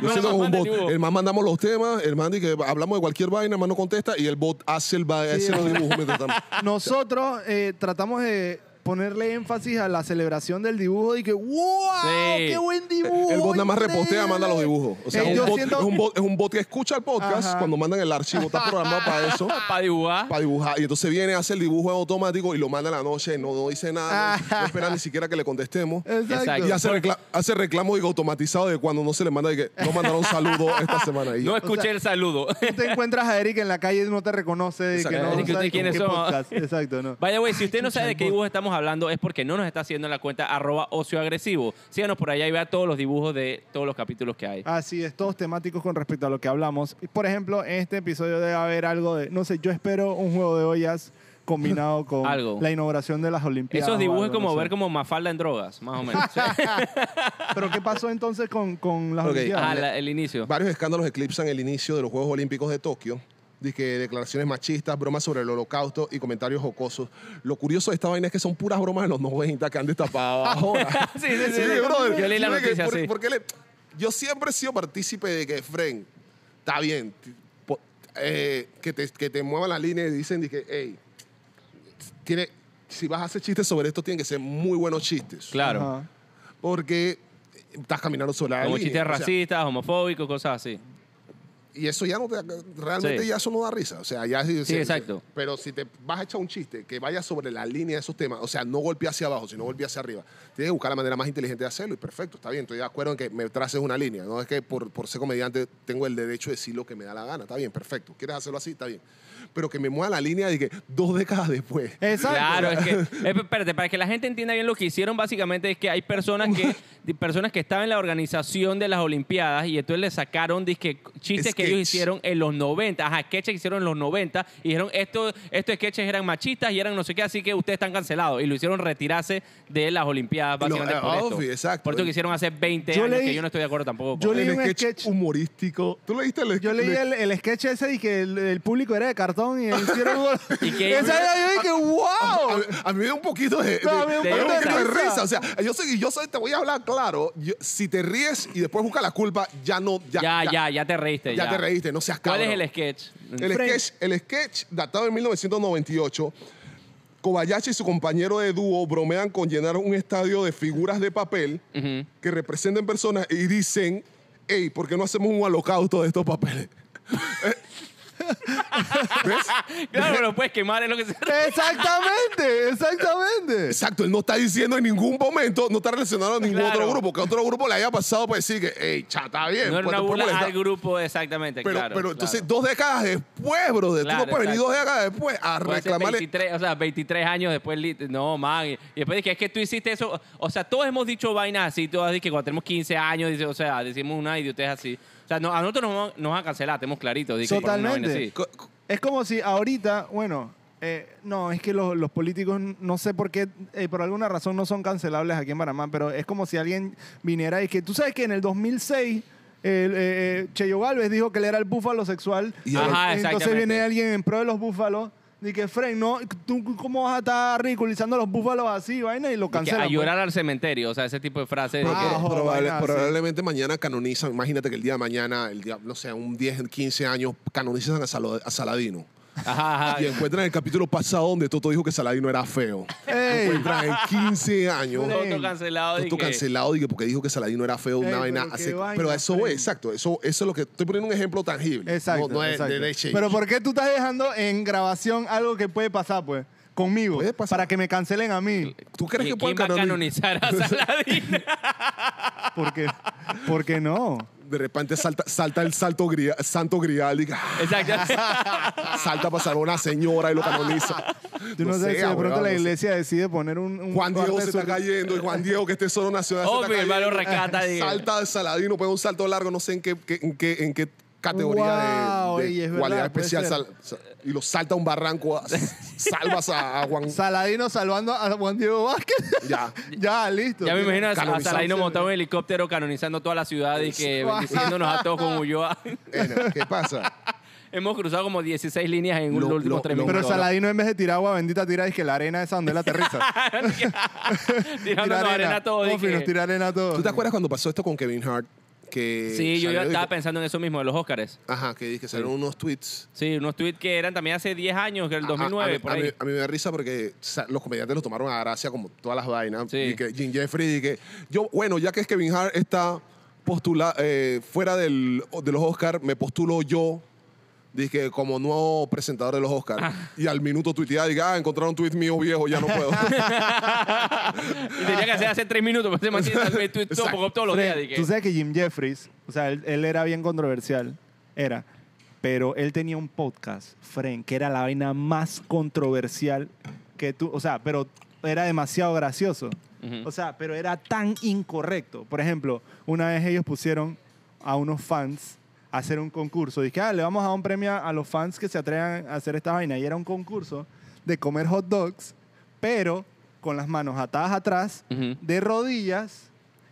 A: siento que es
C: nos
A: un
C: manda
A: bot.
C: dibujo.
A: El man mandamos los temas, el man dice que hablamos de cualquier vaina, el man no contesta y el bot hace, el, va- hace los dibujos mientras estamos.
B: Nosotros eh, tratamos de ponerle énfasis a la celebración del dibujo y que ¡wow!
C: Sí.
B: ¡Qué buen dibujo!
A: El bot nada más repostea,
B: increíble!
A: manda los dibujos. O sea,
B: Eh,
A: es,
B: yo
A: un bot,
B: siento-
A: es, un bot, es un bot que escucha el podcast
B: Ajá.
A: cuando mandan el archivo, está programado para eso.
C: Para dibujar.
A: Para dibujar, y entonces viene, hace el dibujo en automático y lo manda en la noche, no, no dice nada, no, no espera ni siquiera que le contestemos.
B: Exacto.
C: Exacto.
A: Y hace, recla- hace reclamo digo, automatizado de cuando no se le manda, de que no mandaron saludo esta semana. Y
C: No
A: yo,
C: escuché el saludo.
B: Tú te encuentras a Eric en la calle y no te reconoce. y que
A: Exacto. Eric,
B: no sabe
C: ¿ustedes
B: con
C: quiénes
B: qué
C: son?
B: podcast. Exacto, ¿no?
C: By the way, si usted no
B: chucha,
C: sabe de
B: el
C: qué
B: bot.
C: dibujos estamos hablando, es porque no nos está haciendo en la cuenta arroba ocio agresivo. Síganos por allá y vea todos los dibujos de todos los capítulos que
A: Ah,
C: hay.
B: Así es, todos temáticos con respecto a lo que hablamos. Por ejemplo, en este episodio debe haber algo de, no sé, yo espero un juego de ollas combinado con
C: Algo.
B: la inauguración de las Olimpiadas.
C: Esos
B: o
C: dibujos es
B: algo,
C: como
B: no sé.
C: ver como Mafalda en drogas, más o menos.
B: Pero ¿qué pasó entonces con, con las
A: Ok.
C: Ah,
B: Olimpiadas?
C: la- el inicio.
A: Varios escándalos eclipsan el inicio de los Juegos Olímpicos de Tokio. Dizque declaraciones machistas, bromas sobre el holocausto y comentarios jocosos. Lo curioso de esta vaina es que son puras bromas de los 90 que han destapado ahora.
C: Sí, sí, sí, sí.
A: brother.
C: Yo leí la
A: Mira que
C: noticia,
A: por-
C: sí.
A: porque le- yo siempre he sido partícipe de que, Fren, está bien, ti- po- eh, que, te, que te muevan las líneas y dicen, dije, hey, tiene, si vas a hacer chistes sobre esto, tienen que ser muy buenos chistes.
C: Claro.
B: Ajá.
A: Porque estás caminando sobre la
C: Como
A: línea.
C: chistes
A: O sea,
C: racistas, homofóbicos, cosas así.
A: y eso ya no te realmente
C: Sí.
A: ya eso no da risa o sea ya sí,
C: exacto.
A: pero si te vas a echar un chiste que vaya sobre la línea de esos temas o sea no golpea hacia abajo sino golpea hacia arriba tienes que buscar la manera más inteligente de hacerlo y perfecto está bien estoy de acuerdo en que me traces una línea no es que por, por ser comediante tengo el derecho de decir lo que me da la gana está bien perfecto quieres hacerlo así está bien pero que me mueva la línea de que dos décadas después
B: Exacto.
C: Claro, es que, eh, espérate, para que la gente entienda bien lo que hicieron, básicamente es que hay personas que, di- personas que estaban en la organización de las Olimpiadas y entonces le sacaron disque, chistes que ellos
A: Sketch.
C: hicieron en los 90, ajá, sketches que hicieron en los 90 y dijeron esto, estos sketches eran machistas y eran no sé qué, así que ustedes están cancelados y lo hicieron retirarse de las Olimpiadas,
A: Lo-
C: básicamente por
A: ah,
C: esto.
A: obvio, exacto.
C: Por esto que hicieron hace 20
B: Yo
C: años,
B: leí-
C: que yo no estoy de acuerdo tampoco. con
B: yo leí
A: el
B: un
A: sketch,
B: sketch.
A: humorístico tú leíste el
B: Yo leí
A: el-
B: el, el sketch ese y que el, el público era de cartón y hicieron un gol.
C: ¿Y qué?
B: Esa era yo y que
A: A,
B: ¡wow!
A: a- a mí me da un poquito de,
B: No, a mí me
A: de-
C: da
A: a mí me da un
C: risa.
A: poquito de risa. O sea, yo, soy, yo soy- te voy a hablar claro. Yo- si te ríes y después buscas la culpa, ya no. Ya,
C: Ya, ya, ya te reíste.
A: ya te reíste, no seas
C: ¿Cuál
A: cabrón.
C: es el sketch?
A: El
B: Frank.
A: sketch, el sketch datado en 1998. Kobayashi y su compañero de dúo bromean con llenar un estadio de figuras de papel que representen personas y dicen, hey, ¿por qué no hacemos un holocausto de estos papeles?
C: Claro, pero lo puedes quemar, es lo que se...
B: Exactamente, exactamente.
A: Exacto, él no está diciendo en ningún momento, no está relacionado a ningún
C: Claro.
A: otro grupo, que a otro grupo le haya pasado para decir que, hey, cha, está bien.
C: No era
A: pues,
C: una
A: te puedo
C: burla
A: molestar".
C: al grupo, exactamente.
A: Pero,
C: claro,
A: pero
C: claro.
A: entonces, dos décadas después, bro,
C: Claro,
A: tú no puedes venir
C: exacto.
A: dos décadas después a
C: Puede ser
A: reclamarle.
C: 23, o sea, 23 años después, li- no, man. Y y después dije, es que tú hiciste eso. O sea, todos hemos dicho vainas así, todas dije que cuando tenemos 15 años, dice, o sea, decimos una idiotez así. O sea, no, a nosotros nos, van- nos van a cancelar, tenemos clarito. dije, por una vaina
B: Totalmente.
C: así.
A: Co- co-
B: Es como si ahorita, bueno, eh, no, es que los, los políticos, n- no sé por qué, eh, por alguna razón no son cancelables aquí en Panamá, pero es como si alguien viniera y que, tú sabes que en el 2006... el, eh, eh, Cheyo Galvez dijo que él era el búfalo sexual.
A: Y
B: Eh,
C: Ajá,
B: entonces
C: exactamente.
B: viene alguien en pro de los búfalos. Y que, Frank, no, ¿tú cómo vas a estar ridiculizando a los búfalos así, vaina? Y lo
C: Dije,
B: cancelan.
C: a
B: pues.
C: llorar al cementerio, o sea, ese tipo de frases.
A: Porque
B: Ah, joder,
A: probable-
B: vaina, sí.
A: probablemente mañana canonizan, imagínate que el día de mañana, el día, no sé, un 10, 15 años, canonizan a, Salo- a Saladino.
C: Ajá, ajá.
A: Y encuentran el capítulo pasado donde Toto dijo que Saladino era feo.
B: pues?" Ey.
A: Encuentran en 15 años.
C: Todo cancelado.
A: Toto
C: dije,
A: cancelado dije, porque dijo que Saladino era feo,
B: Ey,
A: una vaina
B: pero qué
A: hace-
B: vaina,
A: Pero eso,
B: Fren.
A: exacto, eso, eso es lo que estoy poniendo un ejemplo tangible.
B: Exacto.
A: No, no es
B: exacto.
A: de- de shade.
B: Pero ¿por qué tú estás dejando en grabación algo que puede pasar, pues? Conmigo.
A: Puede pasar.
B: Para que me cancelen a mí.
A: ¿Tú crees
C: dije,
A: que
C: ¿Quién
A: pueden
C: va a
A: canonizar?
C: canonizar a Saladino?
B: Porque, porque no.
A: De repente salta, salta el salto gri- santo grial y
C: Exacto.
A: salta para salvar a una señora y lo canoniza.
B: Tú no,
A: No
B: sabes
A: sé,
B: si de pronto
A: abogado, no
B: la
A: sé.
B: iglesia decide poner un... un
A: Juan Diego
B: parte
A: se
B: de
A: está
B: su-
A: cayendo y Juan Diego que esté solo en la ciudad. se
C: Oh,
A: está
C: mi hermano
A: cayendo.
C: rescata, dije.
A: Salta de Saladino, pega un salto largo, no sé en qué, qué- en qué, en qué categoría
B: Wow,
A: de, de
B: oye, es verdad,
A: cualidad
B: puede
A: especial.
B: ser.
A: sal- sal- y lo salta a un barranco, a- salvas a, a Juan.
B: Saladino salvando a Juan Diego Vázquez.
A: Ya.
B: ya, listo.
C: Ya me imagino a, a
A: Canonizado.
C: Saladino montado en un helicóptero canonizando toda la ciudad y que bendiciéndonos a todos con Ulloa.
A: Ena, ¿Qué pasa?
C: Hemos cruzado como 16 líneas en un-
A: Lo-
C: los últimos
A: lo-
C: tres
A: lo-
B: Pero
C: minutos.
B: Saladino en vez de tirar agua bendita, tira es que la arena esa donde él aterriza.
C: Tirando arena, a todos.
B: Ofi,
C: dije.
B: nos tira arena a todos.
A: ¿Tú te acuerdas cuando pasó esto con Kevin Hart? Que
C: Sí, yo
A: salió
C: ya
A: y
C: estaba
A: dijo-
C: pensando en eso mismo, de los Óscares.
A: Ajá, que dije, salieron unos tweets
C: Sí, unos tweets que eran también hace 10 años, que era el
A: A-
C: 2009,
A: a, a mí-
C: por
A: a mí,
C: ahí.
A: a mí me da risa porque o sea, los comediantes lo tomaron a gracia como todas las vainas.
C: Sí.
A: Y que Jim Jeffrey y que yo, bueno, ya que Kevin Hart está postula, eh, fuera del, de los Oscars, me postulo yo. Dije, como nuevo presentador de los Oscars. Y al minuto tuiteaba, diga, ah, encontraron un tweet mío viejo, ya no puedo. Eh,
C: Y tenía que hacer hace 3 minutos, pues, pero se mantiene tal vez tweet todo-
A: Exacto.
C: poco- todos los días.
B: Fred,
C: dije.
B: Tú sabes que Jim Jeffries, o sea, él, él era bien controversial, era, pero él tenía un podcast, Fren, que era la vaina más controversial que tú, o sea, pero era demasiado gracioso.
C: Ujú.
B: O sea, pero era tan incorrecto. Por ejemplo, una vez ellos pusieron a unos fans a hacer un concurso. Dije, ah, le vamos a dar un premio a los fans que se atrevan a hacer esta vaina. Y era un concurso de comer hot dogs, pero con las manos atadas atrás,
C: Ujú.
B: de rodillas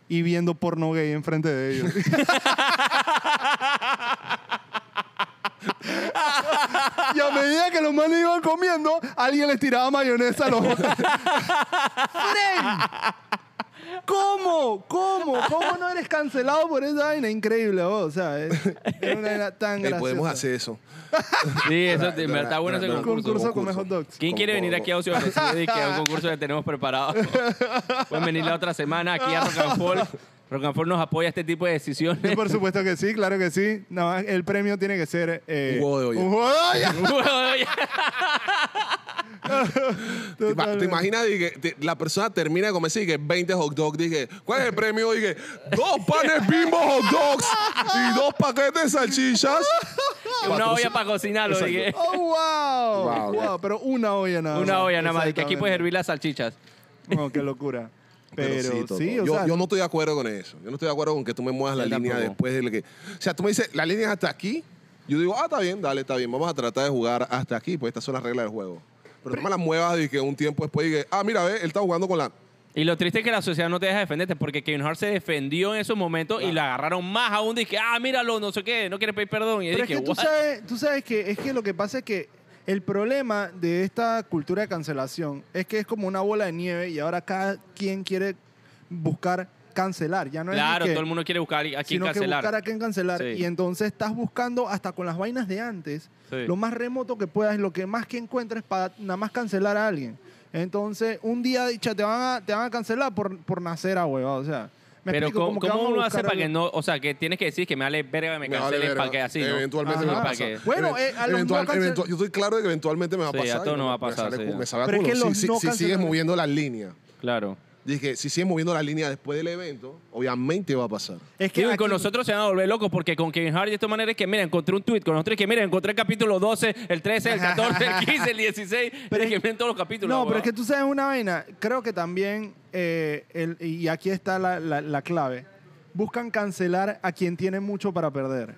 B: y viendo porno gay enfrente de ellos. y a medida que los manes iban comiendo, alguien les tiraba mayonesa a los ¡Fren! ¿Cómo? ¿Cómo? ¿Cómo no eres cancelado por esa vaina? Increíble, vos. O sea, es, es una vaina tan
A: Eh,
B: graciosa.
A: podemos hacer eso.
C: Sí, eso te- está bueno ese
A: Un
B: un
C: concurso.
B: concurso con hot dogs.
C: ¿Quién
A: Con-
C: quiere
A: con-
C: venir aquí a Ocio Venezuela? Dice que un concurso que tenemos preparado. Pueden venir la otra semana aquí a Rock and Fall. Rock and Fall nos apoya este tipo de
B: Sí,
C: decisiones.
B: por supuesto que sí, claro que sí. No, el premio tiene que ser. eh,
A: Un huevo de olla.
B: un huevo de olla.
A: ¿Te, ima-
B: Totalmente.
A: te imaginas? Dije, te- la persona termina de comer, dije, 20 hot dogs. Dije, ¿cuál es el premio? Dije, dos panes bimbo hot dogs y dos paquetes de salchichas.
C: Una olla
A: Patrocin-
C: para cocinarlo.
A: Exacto.
C: dije.
B: ¡Oh, wow!
A: Wow,
B: Wow, Pero una olla nada más.
C: Una olla nada más. Que aquí puedes
B: Ah, Exactamente.
C: hervir las salchichas.
B: No, qué locura. Pero,
A: Toto,
B: sí, o
A: yo,
B: sea.
A: yo no estoy de acuerdo con eso. Yo no estoy de acuerdo con que tú me muevas la
C: Yo
A: línea
C: tampoco.
A: después de lo que. O sea, tú me dices, la línea es hasta aquí. Yo digo, ah, está bien, dale, está bien. Vamos a tratar de jugar hasta aquí, pues estas son las reglas del juego. Pero no me las muevas y que un tiempo después dije, ah, mira, ve, él está jugando con la.
C: Y lo triste es que la sociedad no te deja defenderte porque Kevin Hart se defendió en esos momentos y lo agarraron más aún. Dije, ah, míralo, no sé qué, no quiere pedir perdón. Y
B: Pero
C: dije,
B: es que tú
C: "What?".
B: sabes, tú sabes que es que lo que pasa es que el problema de esta cultura de cancelación es que es como una bola de nieve y ahora cada quien quiere buscar cancelar. Ya no es ni
C: claro,
B: que-
C: todo el mundo quiere buscar a quien
B: sino que buscar
C: cancelar.
B: a quién cancelar.
C: Sí.
B: Y entonces estás buscando hasta con las vainas de antes,
C: Sí.
B: lo más remoto que puedas, lo que más que encuentres para nada más cancelar a alguien. Entonces, un día dicha, te van a, te van a cancelar por, por nacer a huevado. O sea, me
C: Pero
B: explico, como
C: ¿cómo,
B: que
C: cómo
B: vamos a
C: uno hace
B: buscar
C: para que
B: algo-
C: no, o sea, que tienes que decir que me vale verga que me
A: Me vale
C: cancelen
A: verga.
C: para que así, ¿no?
A: Eventualmente me va a
B: Ajá.
A: pasar.
B: Bueno, eh, a los
A: Eventual-
B: no cancel-
A: eventual- yo estoy claro de que eventualmente me va a
C: Sí, a
A: pasar.
C: todos
A: y
C: nos va a
A: me
C: pasar,
A: sale
C: sí,
A: cu-
C: ya.
A: Me sabe a
B: Pero es
A: culo.
B: que
A: Si-
B: los
A: si-
B: no
A: si sigues
B: canceladores-
A: moviendo las líneas.
C: Claro.
A: Dije, si sigues moviendo las líneas después del evento, obviamente va a pasar.
B: Es
C: Digo, y
B: aquí-
C: con nosotros se van a volver locos porque con Kevin Hart de esta manera es que, mira, encontré un tweet con nosotros es que, mira, encontré el capítulo 12, el 13, el 14, el 15, el 16. Pero
B: Pero
C: es que
B: es-
C: miren todos los capítulos.
B: No,
C: weón.
B: pero es que tú sabes una vaina. Creo que también, eh, el- y aquí está la, la- la clave, buscan cancelar a quien tiene mucho para perder.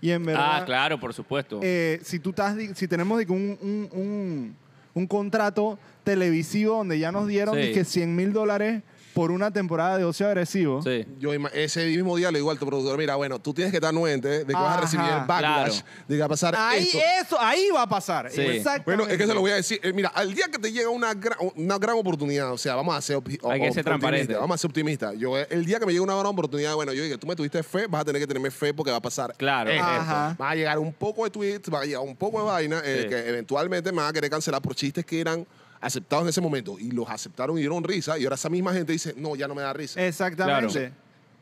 B: Y en verdad...
C: Ah, claro, por supuesto.
B: eh, si tú estás, di- si tenemos di- un, un- un- un contrato televisivo donde ya nos dieron
C: Sí.
B: dizque, 100 mil dólares por una temporada de ocio agresivo.
C: sí.
A: Yo ima- ese mismo día le digo al tu productor, mira, bueno, tú tienes que estar nuente de que vas a recibir el
B: Ajá,
A: backlash,
C: claro.
A: de que va a pasar
B: Ahí
A: esto.
B: eso, ahí va a pasar.
C: Sí.
B: Exactamente.
A: Bueno, es que se lo voy a decir. Eh, mira, al día que te llega una gran, una gran oportunidad, o sea, vamos a ser, opti-
C: Hay que
A: op-
C: ser transparente.
A: optimista, Vamos a ser optimistas. Yo, eh, el día que me llega una gran oportunidad, bueno, yo dije, tú me tuviste fe, vas a tener que tenerme fe porque va a pasar.
C: Claro.
A: esto.
B: Ajá.
A: Va a llegar un poco de tweets, va a llegar un poco de vaina, eh,
C: Sí.
A: que eventualmente me van a querer cancelar por chistes que eran aceptados en ese momento. Y los aceptaron y dieron risa. Y ahora esa misma gente dice, no, ya no me da risa.
B: Exactamente.
C: Claro.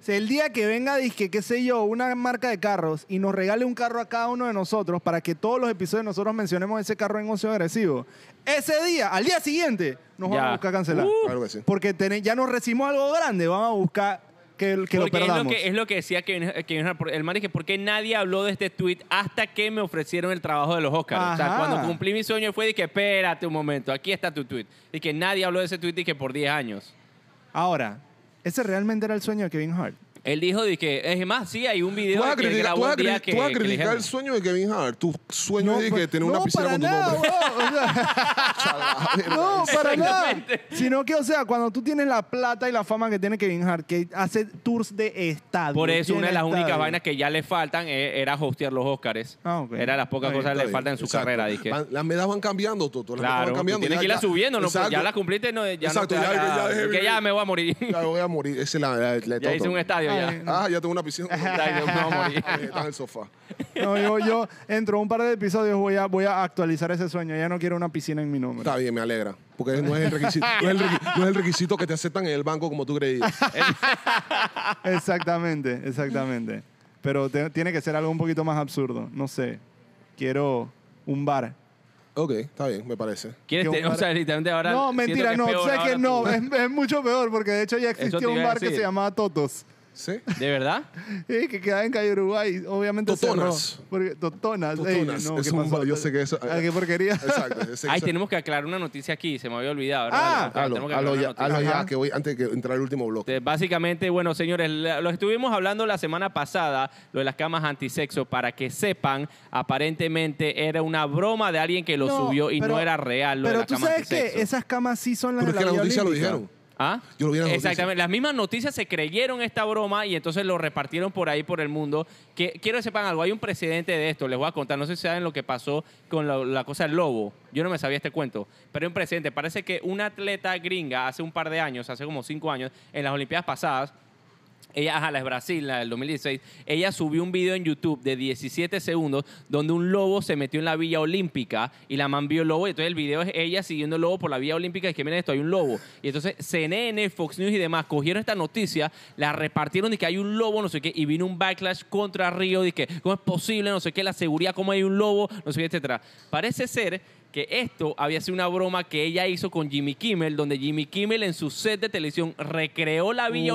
B: Si el día que venga, dizque, qué sé yo, una marca de carros y nos regale un carro a cada uno de nosotros para que todos los episodios nosotros mencionemos ese carro en ocio agresivo, ese día, al día siguiente, nos van
C: Ya. Uh.
B: a buscar cancelar.
A: Claro que sí.
B: Porque tene- ya nos recibimos algo grande, van a buscar que, que lo
C: Porque es lo
B: perdamos.
C: que, es lo que decía Kevin, eh, Kevin Hart. por- El man que ¿por qué nadie habló de este tweet hasta que me ofrecieron el trabajo de los Oscars? O sea,
B: Ajá.
C: cuando cumplí mi sueño fue de que, espérate un momento, aquí está tu tweet. Y que nadie habló de ese tweet y que por 10 años.
B: Ahora, ese realmente era el sueño de Kevin Hart.
C: Él dijo de que, es más, sí, hay un
A: Tú
C: video
A: vas a
C: de que él
A: criticar, tú
C: grabó
A: vas a
C: el día
A: criti-
C: que,
A: tú vas a
C: que le
A: criticar
C: dijeron.
A: el sueño de Kevin Hart. Tu sueño es de que
B: pa-
A: tener una
B: no,
A: piscina
B: para
A: con tu
B: nada,
A: nombre.
B: weón, o sea, no, para nada. Sino que, o sea, cuando tú tienes la plata y la fama que tiene Kevin Hart, que hace tours de estado.
C: Por eso una de las únicas vainas
B: vainas
C: que ya le faltan eh, era hostear los Óscares.
B: Ah, ok.
C: Era las pocas
A: Está bien,
C: cosas que
A: está
C: le
A: bien,
C: faltan en su
A: exacto.
C: carrera, dije.
A: Van- las medallas van cambiando, Toto. Las medallas
C: Claro,
A: van
C: tú
A: cambiando.
C: tienes
A: ya-
C: que irla
A: ya-
C: subiendo, no, Pues
A: exacto.
C: ya la cumpliste, no, ya
A: Exacto,
C: no te
A: ya-
C: da
A: ya- ya
C: nada.
A: dejé
C: Que
A: mi-
C: ya me voy a morir.
A: Ya voy a morir. Esa es la, la, la de
C: ya hice
A: Toto.
C: un estadio
B: Ay,
C: ya.
A: Ah, ya tengo una piscina. con tu nombre.
C: Ya me voy a morir.
A: Eh, Está en el sofá.
B: No, yo, yo, dentro de un par de episodios, voy a, voy a actualizar ese sueño. Ya no quiero una piscina en mi nombre.
A: Está bien, me alegra. Porque no es el requisito, no es el requi- no es el requisito que te aceptan en el banco como tú creías.
B: Exactamente, exactamente. Pero te- tiene que ser algo un poquito más absurdo. No sé. Quiero un bar.
A: Ok, está bien, me parece.
C: ¿Quieres
B: Que un
C: tener, o
B: bar-
C: sea, literalmente ahora.
B: No,
C: siento
B: mentira,
C: es
B: no.
C: peor
B: Sé
C: ahora
B: que no.
C: tú.
B: Es, es mucho peor porque de hecho ya
C: te
B: existió
C: iba
B: un
C: a
B: bar que
C: decir.
B: se llamaba Totos.
A: ¿Sí?
C: ¿De verdad?
B: Eh, que quedaba en Calle Uruguay, obviamente
A: Totonas.
B: cerró. Porque, totonas. ey,
A: Totonas.
B: no,
A: Es
B: ¿qué
A: un
B: pasó?
A: ba- yo sé que eso- eh,
B: Ah, qué porquería.
A: Exacto. yo sé que
C: Ay,
A: eso-
C: tenemos que aclarar una noticia aquí, se me había olvidado. ¿verdad?
B: Ah,
C: Vale, vale,
A: Halo,
C: tenemos que
A: halo
C: aclarar
A: ya,
C: una noticia.
A: halo ya,
B: Ajá.
A: que voy antes de que entrar al último bloque.
C: Entonces, Este, Básicamente, bueno, señores, la- lo estuvimos hablando la semana pasada, lo de las camas antisexo, para que sepan, aparentemente era una broma de alguien que lo subió y
B: pero-
C: no era real lo
B: Pero
C: de la
B: tú
C: cama
B: sabes
C: antisexo.
B: que esas camas sí son las
A: Pero es
B: de
A: que
B: la
A: la noticia
B: Villa
A: lo
B: Olímpica.
A: dijeron.
C: ¿Ah?
A: Yo lo vi en las
C: Exactamente. Las mismas noticias se creyeron esta broma y entonces lo repartieron por ahí, por el mundo. Que, quiero que sepan algo. Hay un precedente de esto. Les voy a contar. No sé si saben lo que pasó con la, la cosa del lobo. Yo no me sabía este cuento. Pero hay un precedente. Parece que una atleta gringa hace un par de años, hace como cinco años, en las Olimpiadas pasadas, ella, ajá, la de Brasil, la del 2016, ella subió un video en YouTube de 17 segundos donde un lobo se metió en la Villa Olímpica y la man vio el lobo y entonces el video es ella siguiendo el lobo por la Villa Olímpica y que miren esto, hay un lobo. Y entonces CNN, Fox News y demás cogieron esta noticia, la repartieron y que hay un lobo, no sé qué, y vino un backlash contra Río de que cómo es posible, no sé qué, la seguridad, cómo hay un lobo, no sé qué, etcétera. Parece ser que esto había sido una broma que ella hizo con Jimmy Kimmel, donde Jimmy Kimmel en su set de televisión recreó la Villa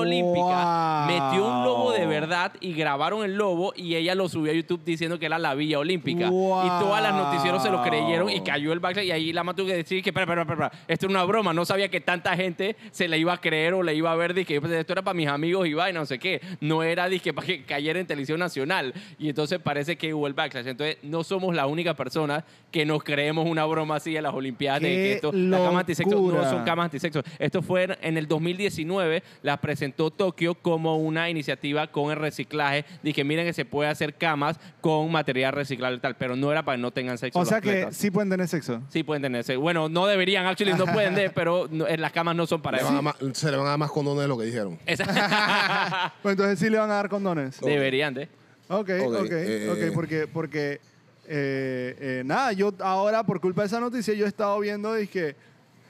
B: Wow.
C: Olímpica, metió un lobo de verdad y grabaron el lobo y ella lo subió a YouTube diciendo que era la Villa Olímpica.
B: Wow.
C: Y todas las noticieros se lo creyeron y cayó el backlash y ahí la tuvo que decir que, espera, espera, espera, espera, esto era una broma, no sabía que tanta gente se le iba a creer o le iba a ver, dije, yo pensé, esto era para mis amigos y vaina, no sé qué, no era, dije, para que cayera en televisión nacional. Y entonces parece que hubo el backlash. Entonces no somos la única persona que nos creemos una broma así en las Olimpiadas de que
B: ¡Qué
C: esto, las camas antisexo no
B: locura!
C: son camas antisexo. Esto fue en el 2019, la presentó Tokio como una iniciativa con el reciclaje. Dije, miren que se puede hacer camas con material reciclable y tal, pero no era para que no tengan sexo.
B: O
C: los
B: sea que
C: atletas.
B: sí pueden tener sexo.
C: Sí pueden tener sexo. Bueno, no deberían, actually no pueden, de, pero no- eh, las camas no son para
A: Le
C: eso.
A: van a ma- se le van a dar más condones de lo que dijeron.
C: Esa-
B: Bueno, entonces sí le van a dar condones.
C: deberían de.
B: Ok,
A: Ok,
B: ok, ok,
A: eh.
B: porque, porque eh, eh, nada, yo ahora por culpa de esa noticia yo he estado viendo, dije,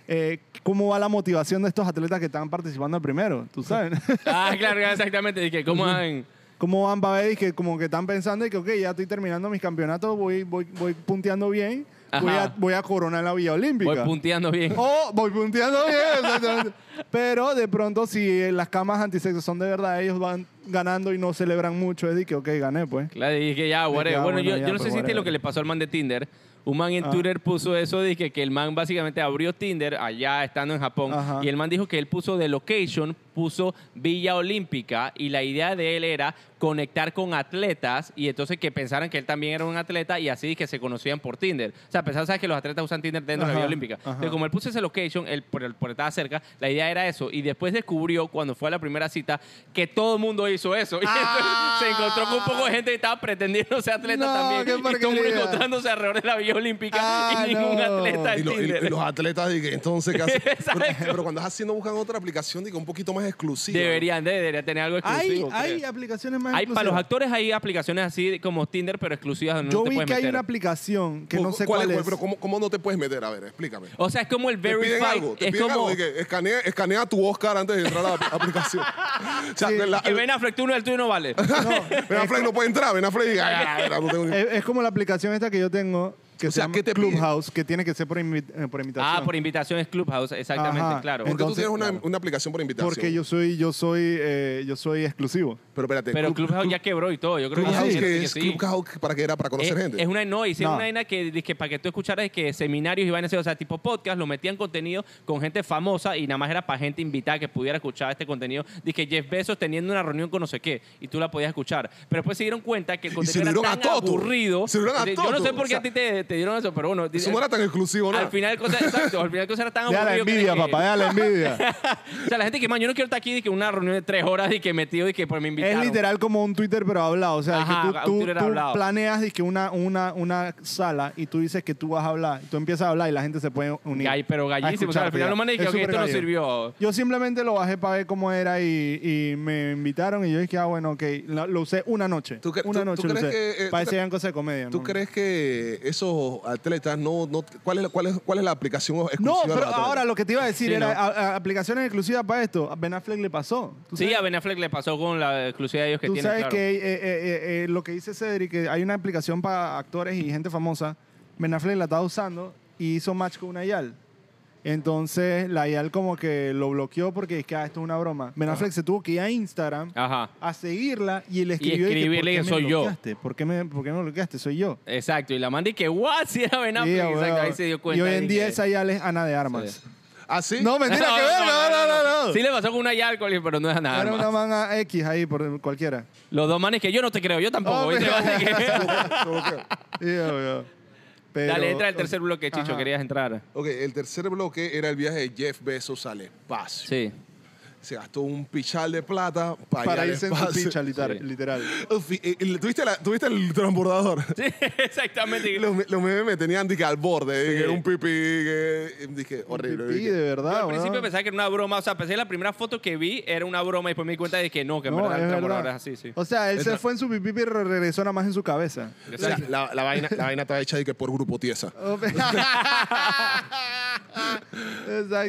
B: eh, cómo va la motivación de estos atletas que están participando al primero, tú sabes.
C: Ah, claro, exactamente. Dije, ¿cómo han...?
B: cómo van a ver, dije, como que están pensando y que, ok, ya estoy terminando mis campeonatos, voy, voy, voy punteando bien, voy
C: Ajá.
B: a, voy a coronar la Villa Olímpica.
C: Voy punteando bien.
B: Oh, voy punteando bien. exactamente. Pero de pronto, si las camas antisexo son de verdad, ellos van ganando y no celebran mucho. Es de que, ok, gané, pues.
C: Claro, y dije, ya, whatever.
B: ya,
C: bueno,
B: bueno,
C: yo,
B: ya,
C: yo no
B: pues,
C: sé si viste
B: whatever.
C: lo que le pasó al man de Tinder. Un man en
B: Ah.
C: Twitter puso eso, dije que el man básicamente abrió Tinder allá estando en Japón
B: Ajá.
C: y el man dijo que él puso de location, puso Villa Olímpica y la idea de él era conectar con atletas y entonces que pensaran que él también era un atleta y así que se conocían por Tinder. O sea, pensaban, ¿sabes? Que los atletas usan Tinder dentro de
B: Ajá,
C: la Villa Olímpica.
B: ajá.
C: Entonces, como él puso ese location, él, por, el, por estar cerca, la idea era eso y después descubrió cuando fue a la primera cita que todo el mundo hizo eso y entonces
B: Ah.
C: se encontró con un poco de gente que estaba pretendiendo ser atleta atleta
B: No, qué
C: también. Y todo el mundo
B: porquería.
C: encontrándose alrededor de la Villa Olímpica
B: Ah,
C: y ningún
B: no.
C: atleta
A: Y,
C: en
A: lo- y-
C: Tinder.
A: y los atletas, dije, entonces, ¿qué hacen? pero,
C: Exacto.
A: pero cuando es así, no buscan otra aplicación, digo, un poquito más exclusiva.
C: Deberían, de, deberían tener algo
B: Hay,
C: exclusivo.
B: hay
C: creo.
B: aplicaciones más
C: Hay- para los
B: exclusivas.
C: actores hay aplicaciones así como Tinder, pero exclusivas donde
B: Yo
C: no te
B: vi que
C: puedes
B: hay
C: meter.
B: una aplicación que
A: ¿no?
B: no sé
A: ¿Cuál
B: cuál, es.
A: Pero ¿cómo, cómo no te puedes meter? A ver, explícame.
C: O sea, es como el
A: Te
C: Verified.
A: piden algo, te
C: es
A: piden algo
C: como
A: de que escanea, escanea tu Oscar antes de entrar a la ap- aplicación. o sea,
B: Sí,
A: la-
C: que ven a Fleck, tú no, el tuyo no vale.
A: Ben Affleck no puede entrar, Ben Affleck diga, "Ah, mira, no tengo ni-".
B: Es, es como la aplicación esta que yo tengo, que
A: O
B: se
A: sea,
B: llama
A: ¿qué te piden?
B: Clubhouse, que tiene que ser por, invi- eh, por invitación.
C: ah, por invitación es Clubhouse, exactamente,
B: Ajá.
C: claro.
A: ¿Por qué tú
B: entonces,
A: tienes una,
B: claro.
A: una aplicación por invitación?
B: Porque yo soy, yo soy, eh, yo soy exclusivo.
A: Pero espérate,
C: Pero
A: Club-
C: Clubhouse ya quebró y todo. Yo creo que
A: Clubhouse,
C: sí,
A: que
C: que
A: es
C: sí.
A: Clubhouse para que era para conocer
C: es,
A: gente.
C: es una no, hicieron
B: No.
C: una vaina que, dizque para que tú escucharas es que seminarios y vainas, así, o sea, tipo podcast, lo metían contenido con gente famosa y nada más era para gente invitada que pudiera escuchar este contenido. Dije Jeff Bezos teniendo una reunión con no sé qué y tú la podías escuchar. Pero después se dieron cuenta que el
A: se
C: contenido
A: lo
C: era
A: dieron
C: tan
A: a Toto.
C: aburrido.
A: Se lo dieron a
C: Yo no sé
A: Toto.
C: por qué
A: O sea,
C: a ti te, te dieron eso, pero bueno.
A: Eso no era tan exclusivo, ¿no?
C: al final, cosa, exacto, al final cosa era tan
B: Ya la
C: aburrido. que
B: envidia,
C: dije-
B: papá, ya la envidia.
C: O sea, la gente que, man, yo no quiero estar aquí de que una reunión de tres horas y que metido y que por me
B: Es
C: invitaron.
B: literal como un Twitter, pero hablado. O sea,
C: Ajá, un
B: que tú- tú,
C: Twitter
B: tú
C: hablado.
B: planeas dizque, una, una, una sala y tú dices que tú vas a hablar. Y tú empiezas a hablar y la gente se puede unir.
C: Gall- pero
B: a
C: gallísimo. O sea, al
B: escucharte
C: final
B: ya.
C: los manes
B: Es
C: dijeron que
B: súper
C: esto no
B: gallo.
C: sirvió.
B: Yo simplemente lo bajé para ver cómo era y, y me invitaron y yo dije, ah, bueno, ok. Lo, lo usé una noche.
A: ¿Tú cre-
B: una
A: tú-
B: noche
A: tú
B: lo
A: crees
B: usé.
A: que, eh,
B: para
A: tú
B: que
A: cre-
B: sean cosas de comedia.
A: ¿Tú
B: ¿no?
A: crees que esos atletas no, no cuál es la- cuál es cuál es la aplicación exclusiva?
B: No,
A: de los
B: pero
A: atletas?
B: ahora lo que te iba a decir
C: Sí,
B: era
C: no.
B: a- a- aplicaciones exclusivas para esto. A Ben Affleck le pasó. ¿Tú
C: Sí,
B: sabes?
C: a Ben Affleck le pasó con la exclusividad de ellos que
B: Tú
C: tienen.
B: sabes
C: claro.
B: que eh, eh, eh, eh, lo que dice Cedric, que hay una aplicación para actores y gente famosa. Ben Affleck la estaba usando y hizo match con una Yal. Entonces la IAL como que lo bloqueó porque es que ah, esto es una broma. Ben Affleck se tuvo que ir a Instagram
C: Ajá.
B: a seguirla y le escribió que,
C: Ah. escribirle que
B: me
C: soy yo".
B: bloqueaste? ¿Por qué, me, ¿Por qué me bloqueaste? Soy yo.
C: Exacto. Y la mandé que, what? Si era Ben
B: Sí,
C: Affleck.
B: ah,
C: Exacto.
B: weón.
C: Ahí se dio cuenta.
B: y hoy en
C: de
B: día
C: que-
B: esa IAL es Ana de Armas.
A: ¿Ah, sí?
B: No, mentira, que verga. No, no, no. no.
C: Sí le pasó con una y alcohol, pero no es nada.
B: Era
C: más.
B: una man a X ahí, por cualquiera.
C: Los dos manes que yo no te creo, yo tampoco.
B: Oh,
C: ¿viste?
B: pero-
C: Así que-
A: Como que-
B: Sí, obvio. Pero-
C: Dale, entra el tercer bloque, Chicho.
B: Ajá.
C: Querías entrar.
A: Ok, el tercer bloque era el viaje de Jeff Bezos al espacio.
C: Sí.
A: Se gastó un pichal de plata para,
B: Para
A: ir al
B: irse en su
A: espacio.
B: picha, literal.
C: Sí.
B: literal.
A: Uf, y- y- y- ¿Tuviste, la- tuviste el transbordador?
C: Sí, exactamente.
A: Los, me- los memes me tenían dije, al borde, dije,
C: Sí.
A: un pipí, que- dije, horrible.
B: Pipí,
A: dije.
B: de
C: Yo
B: verdad,
C: al principio
B: weón.
C: pensaba que era una broma, o sea, pensé que la primera foto que vi era una broma y después me di cuenta de que no, que en
B: No,
C: verdad el
B: es
C: transbordador
B: verdad.
C: es así, sí.
B: O sea, él se
A: Entra-
B: fue en su pipí y re- regresó nada más en su cabeza.
A: O sea, la, la vaina, la vaina estaba hecha de que por grupo tiesa.
C: Entonces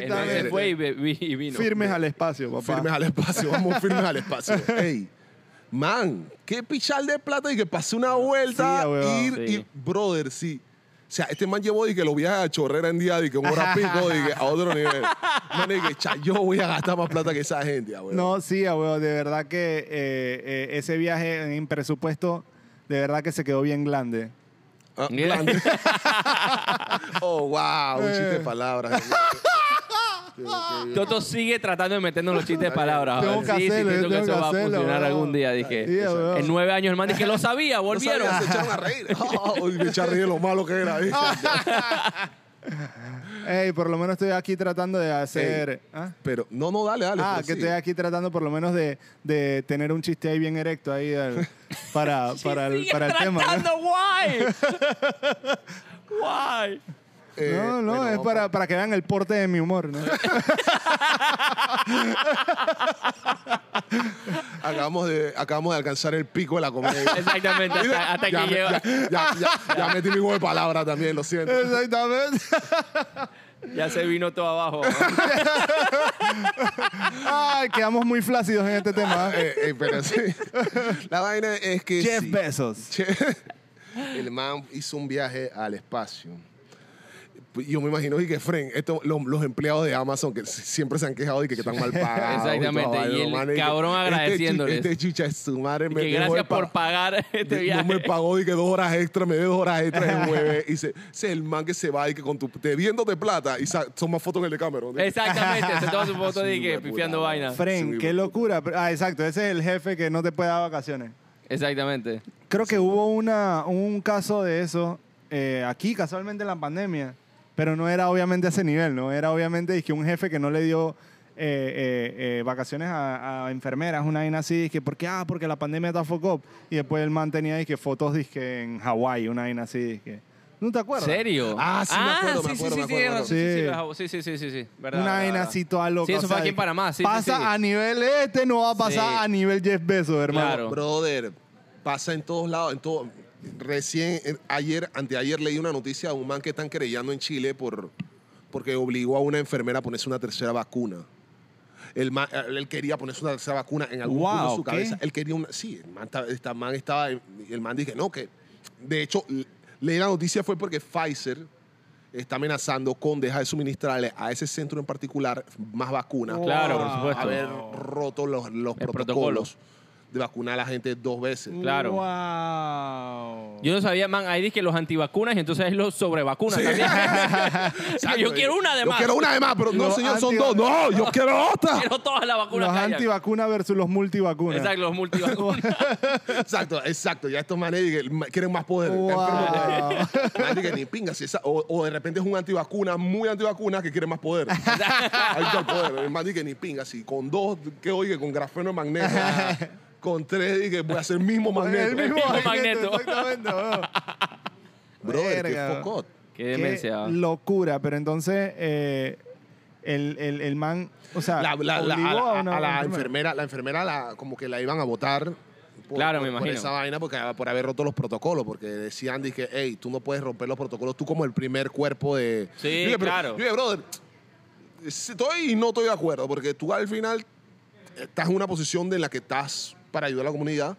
B: Exactamente.
C: fue y, be- vi- y vino.
B: Firmes al espacio, papá.
A: Firmes al espacio, vamos firmes al espacio. Ey, man, qué pichal de plata y que pasé una vuelta
B: Sí, weón.
A: ir
C: Sí.
A: y, brother, sí. O sea, este man llevó y que lo viajes a chorrera en día y que un hora pico y que a otro nivel. Man, y que cha, yo voy a gastar más plata que esa gente, ah, weón.
B: No, sí, abuelo, de verdad que eh, eh, ese viaje en presupuesto, de verdad que se quedó bien grande.
A: Ah,
C: Mira.
A: grande. oh, wow, un chiste de
B: Eh.
A: palabras.
C: Toto sigue tratando de meternos los chistes de palabras.
B: Tengo
C: Sí,
B: que
C: sí,
B: hacerlo,
C: siento que
B: tengo
C: eso
B: que
C: va a
B: hacerlo,
C: funcionar
B: weón.
C: algún día,
B: Sí,
C: dije.
B: weón.
C: En nueve años el man dije, lo sabía,
A: No
C: volvieron.
A: sabía, se echaron a reír. Oh, y me echaron a reír de lo malo que era. ¿viste?
B: Ey, por lo menos estoy aquí tratando de hacer... ¿Ah?
A: Pero, no, no, dale, dale.
B: Ah,
A: pero
B: que
A: sí.
B: estoy aquí tratando por lo menos de, de tener un chiste ahí bien erecto ahí al- para, para, el,
C: Sigue
B: para el tema. ¿no?
C: tratando, guay. Guay.
A: Eh,
B: No, no,
A: bueno,
B: es
A: vamos.
B: para, para que vean el porte de mi humor, ¿no?
A: Acabamos de, acabamos de alcanzar el pico de la comedia.
C: Exactamente, hasta, hasta
A: ya,
C: que
A: me-
C: lleva.
A: ya, ya, ya- ya metí mi huevo de palabra también, lo siento.
B: Exactamente.
C: Ya se vino todo abajo.
B: Ay, quedamos muy flácidos en este tema.
A: Eh, eh, pero sí. La vaina es que.
B: Jeff
A: Eh, sí.
B: Bezos.
A: El man hizo un viaje al espacio. Yo me imagino y que, Fren, esto, lo- los empleados de Amazon que s- siempre se han quejado y que, que están mal pagados. toda
C: Exactamente,
A: vaina,
C: y el
A: man, que,
C: cabrón
A: este chu-
C: agradeciéndoles.
A: Este, chucha es su madre. me
C: que
A: dejó de
C: gracias por
A: pagar.
C: pagar este
A: De-
C: viaje.
A: No me pagó y que dos horas extra, me dio dos horas extra de jueves. Y se, ese es el man que se va y que con tu, debiéndote plata y sa- toma fotos en el de Cameron.
C: Exactamente, se toma su foto de
A: Sí,
C: que
A: hueputa,
C: pifiando
A: weón.
C: vaina.
B: Fren,
A: Sí,
B: qué locura. Pero- Ah, exacto, ese es el jefe que no te puede dar vacaciones.
C: Exactamente.
B: Creo que hubo una, un caso de eso eh, aquí, casualmente en la pandemia, pero no era obviamente a ese nivel, ¿no? Era obviamente es que un jefe que no le dio eh, eh, eh, vacaciones a, a enfermeras, una vaina así, que porque, ah, porque la pandemia está fuck up. Y después el man tenía dizque, fotos dizque, en Hawái, una vaina así, dizque. ¿No te acuerdas?
C: ¿Serio?
A: Ah, sí, me acuerlo, me
C: sí, sí,
A: acuerdo, me
C: sí, sí,
A: acuerdo, me
C: razón, sí,
B: acuerdo.
C: sí, bajo- sí, sí, sí, sí, sí, verdad,
B: una
C: verdad,
B: vaina
C: verdad.
B: así toda loca.
C: Sí, eso
B: o
C: fue
B: sea,
C: aquí en Panamá, sí, sí,
B: Pasa
C: sí.
B: a nivel este, no va a pasar
C: Sí.
B: a nivel Jeff Bezos, hermano.
C: Claro.
A: Brother, pasa en todos lados. En todo, recién, en- ayer, anteayer leí una noticia de un man que están querellando en Chile por, porque obligó a una enfermera a ponerse una tercera vacuna. El man- él quería ponerse una tercera vacuna en algún punto
B: Wow,
A: de su
B: ¿qué?
A: cabeza. Él quería una. Sí, el man, ta- esta man estaba. El man dije, no, que. De hecho, l- leí la noticia fue porque Pfizer está amenazando con dejar de suministrarle a ese centro en particular más vacunas.
C: Claro, por
B: Ah,
A: por
C: supuesto.
A: haber roto los, los
C: El protocolo.
A: protocolos de vacunar a la gente dos veces.
C: Claro.
B: Wow.
C: Yo no sabía, man, ahí dije los antivacunas y entonces es los sobrevacunas también.
A: Exacto.
C: yo quiero una de
A: Yo
C: más.
A: quiero una de más, pero no,
B: Los
A: señor, son dos.
B: anti-
A: No, yo quiero otra.
C: Quiero todas las vacunas
B: Los
C: que hayan.
B: antivacunas versus los multivacunas.
C: Exacto, los multivacunas.
A: exacto, exacto. Ya estos manes dije, ma- quieren más poder.
B: Wow.
A: Manes dije, ni pinga. si esa- o, o de repente es un antivacuna, muy antivacuna, que quiere más poder. Ahí está el poder. El man dije, ni pinga. Si con dos, que oye, con grafeno y magneto. con tres, dije, voy a hacer el mismo magneto.
B: El mismo
C: El mismo magneto.
B: magneto. Exactamente. weón.
A: Brother, qué
B: Verga.
A: focot.
C: Qué
B: Qué
C: demencia.
B: locura. Pero entonces, eh, el, el, el man, o sea,
A: la, la- la-
B: obligó
A: a, la-
B: una
A: a la enfermera, la enfermera la, como que la iban a votar. Por,
C: Claro,
A: por-
C: me
A: por
C: imagino.
A: esa vaina, porque, ah, por haber roto los protocolos, porque decían, dije, hey, tú no puedes romper los protocolos, tú como el primer cuerpo de...
C: Sí,
A: Yo dije, pero-
C: claro.
A: Yo dije, brother, estoy y no estoy de acuerdo, porque tú al final estás en una posición de en la que estás para ayudar a la comunidad,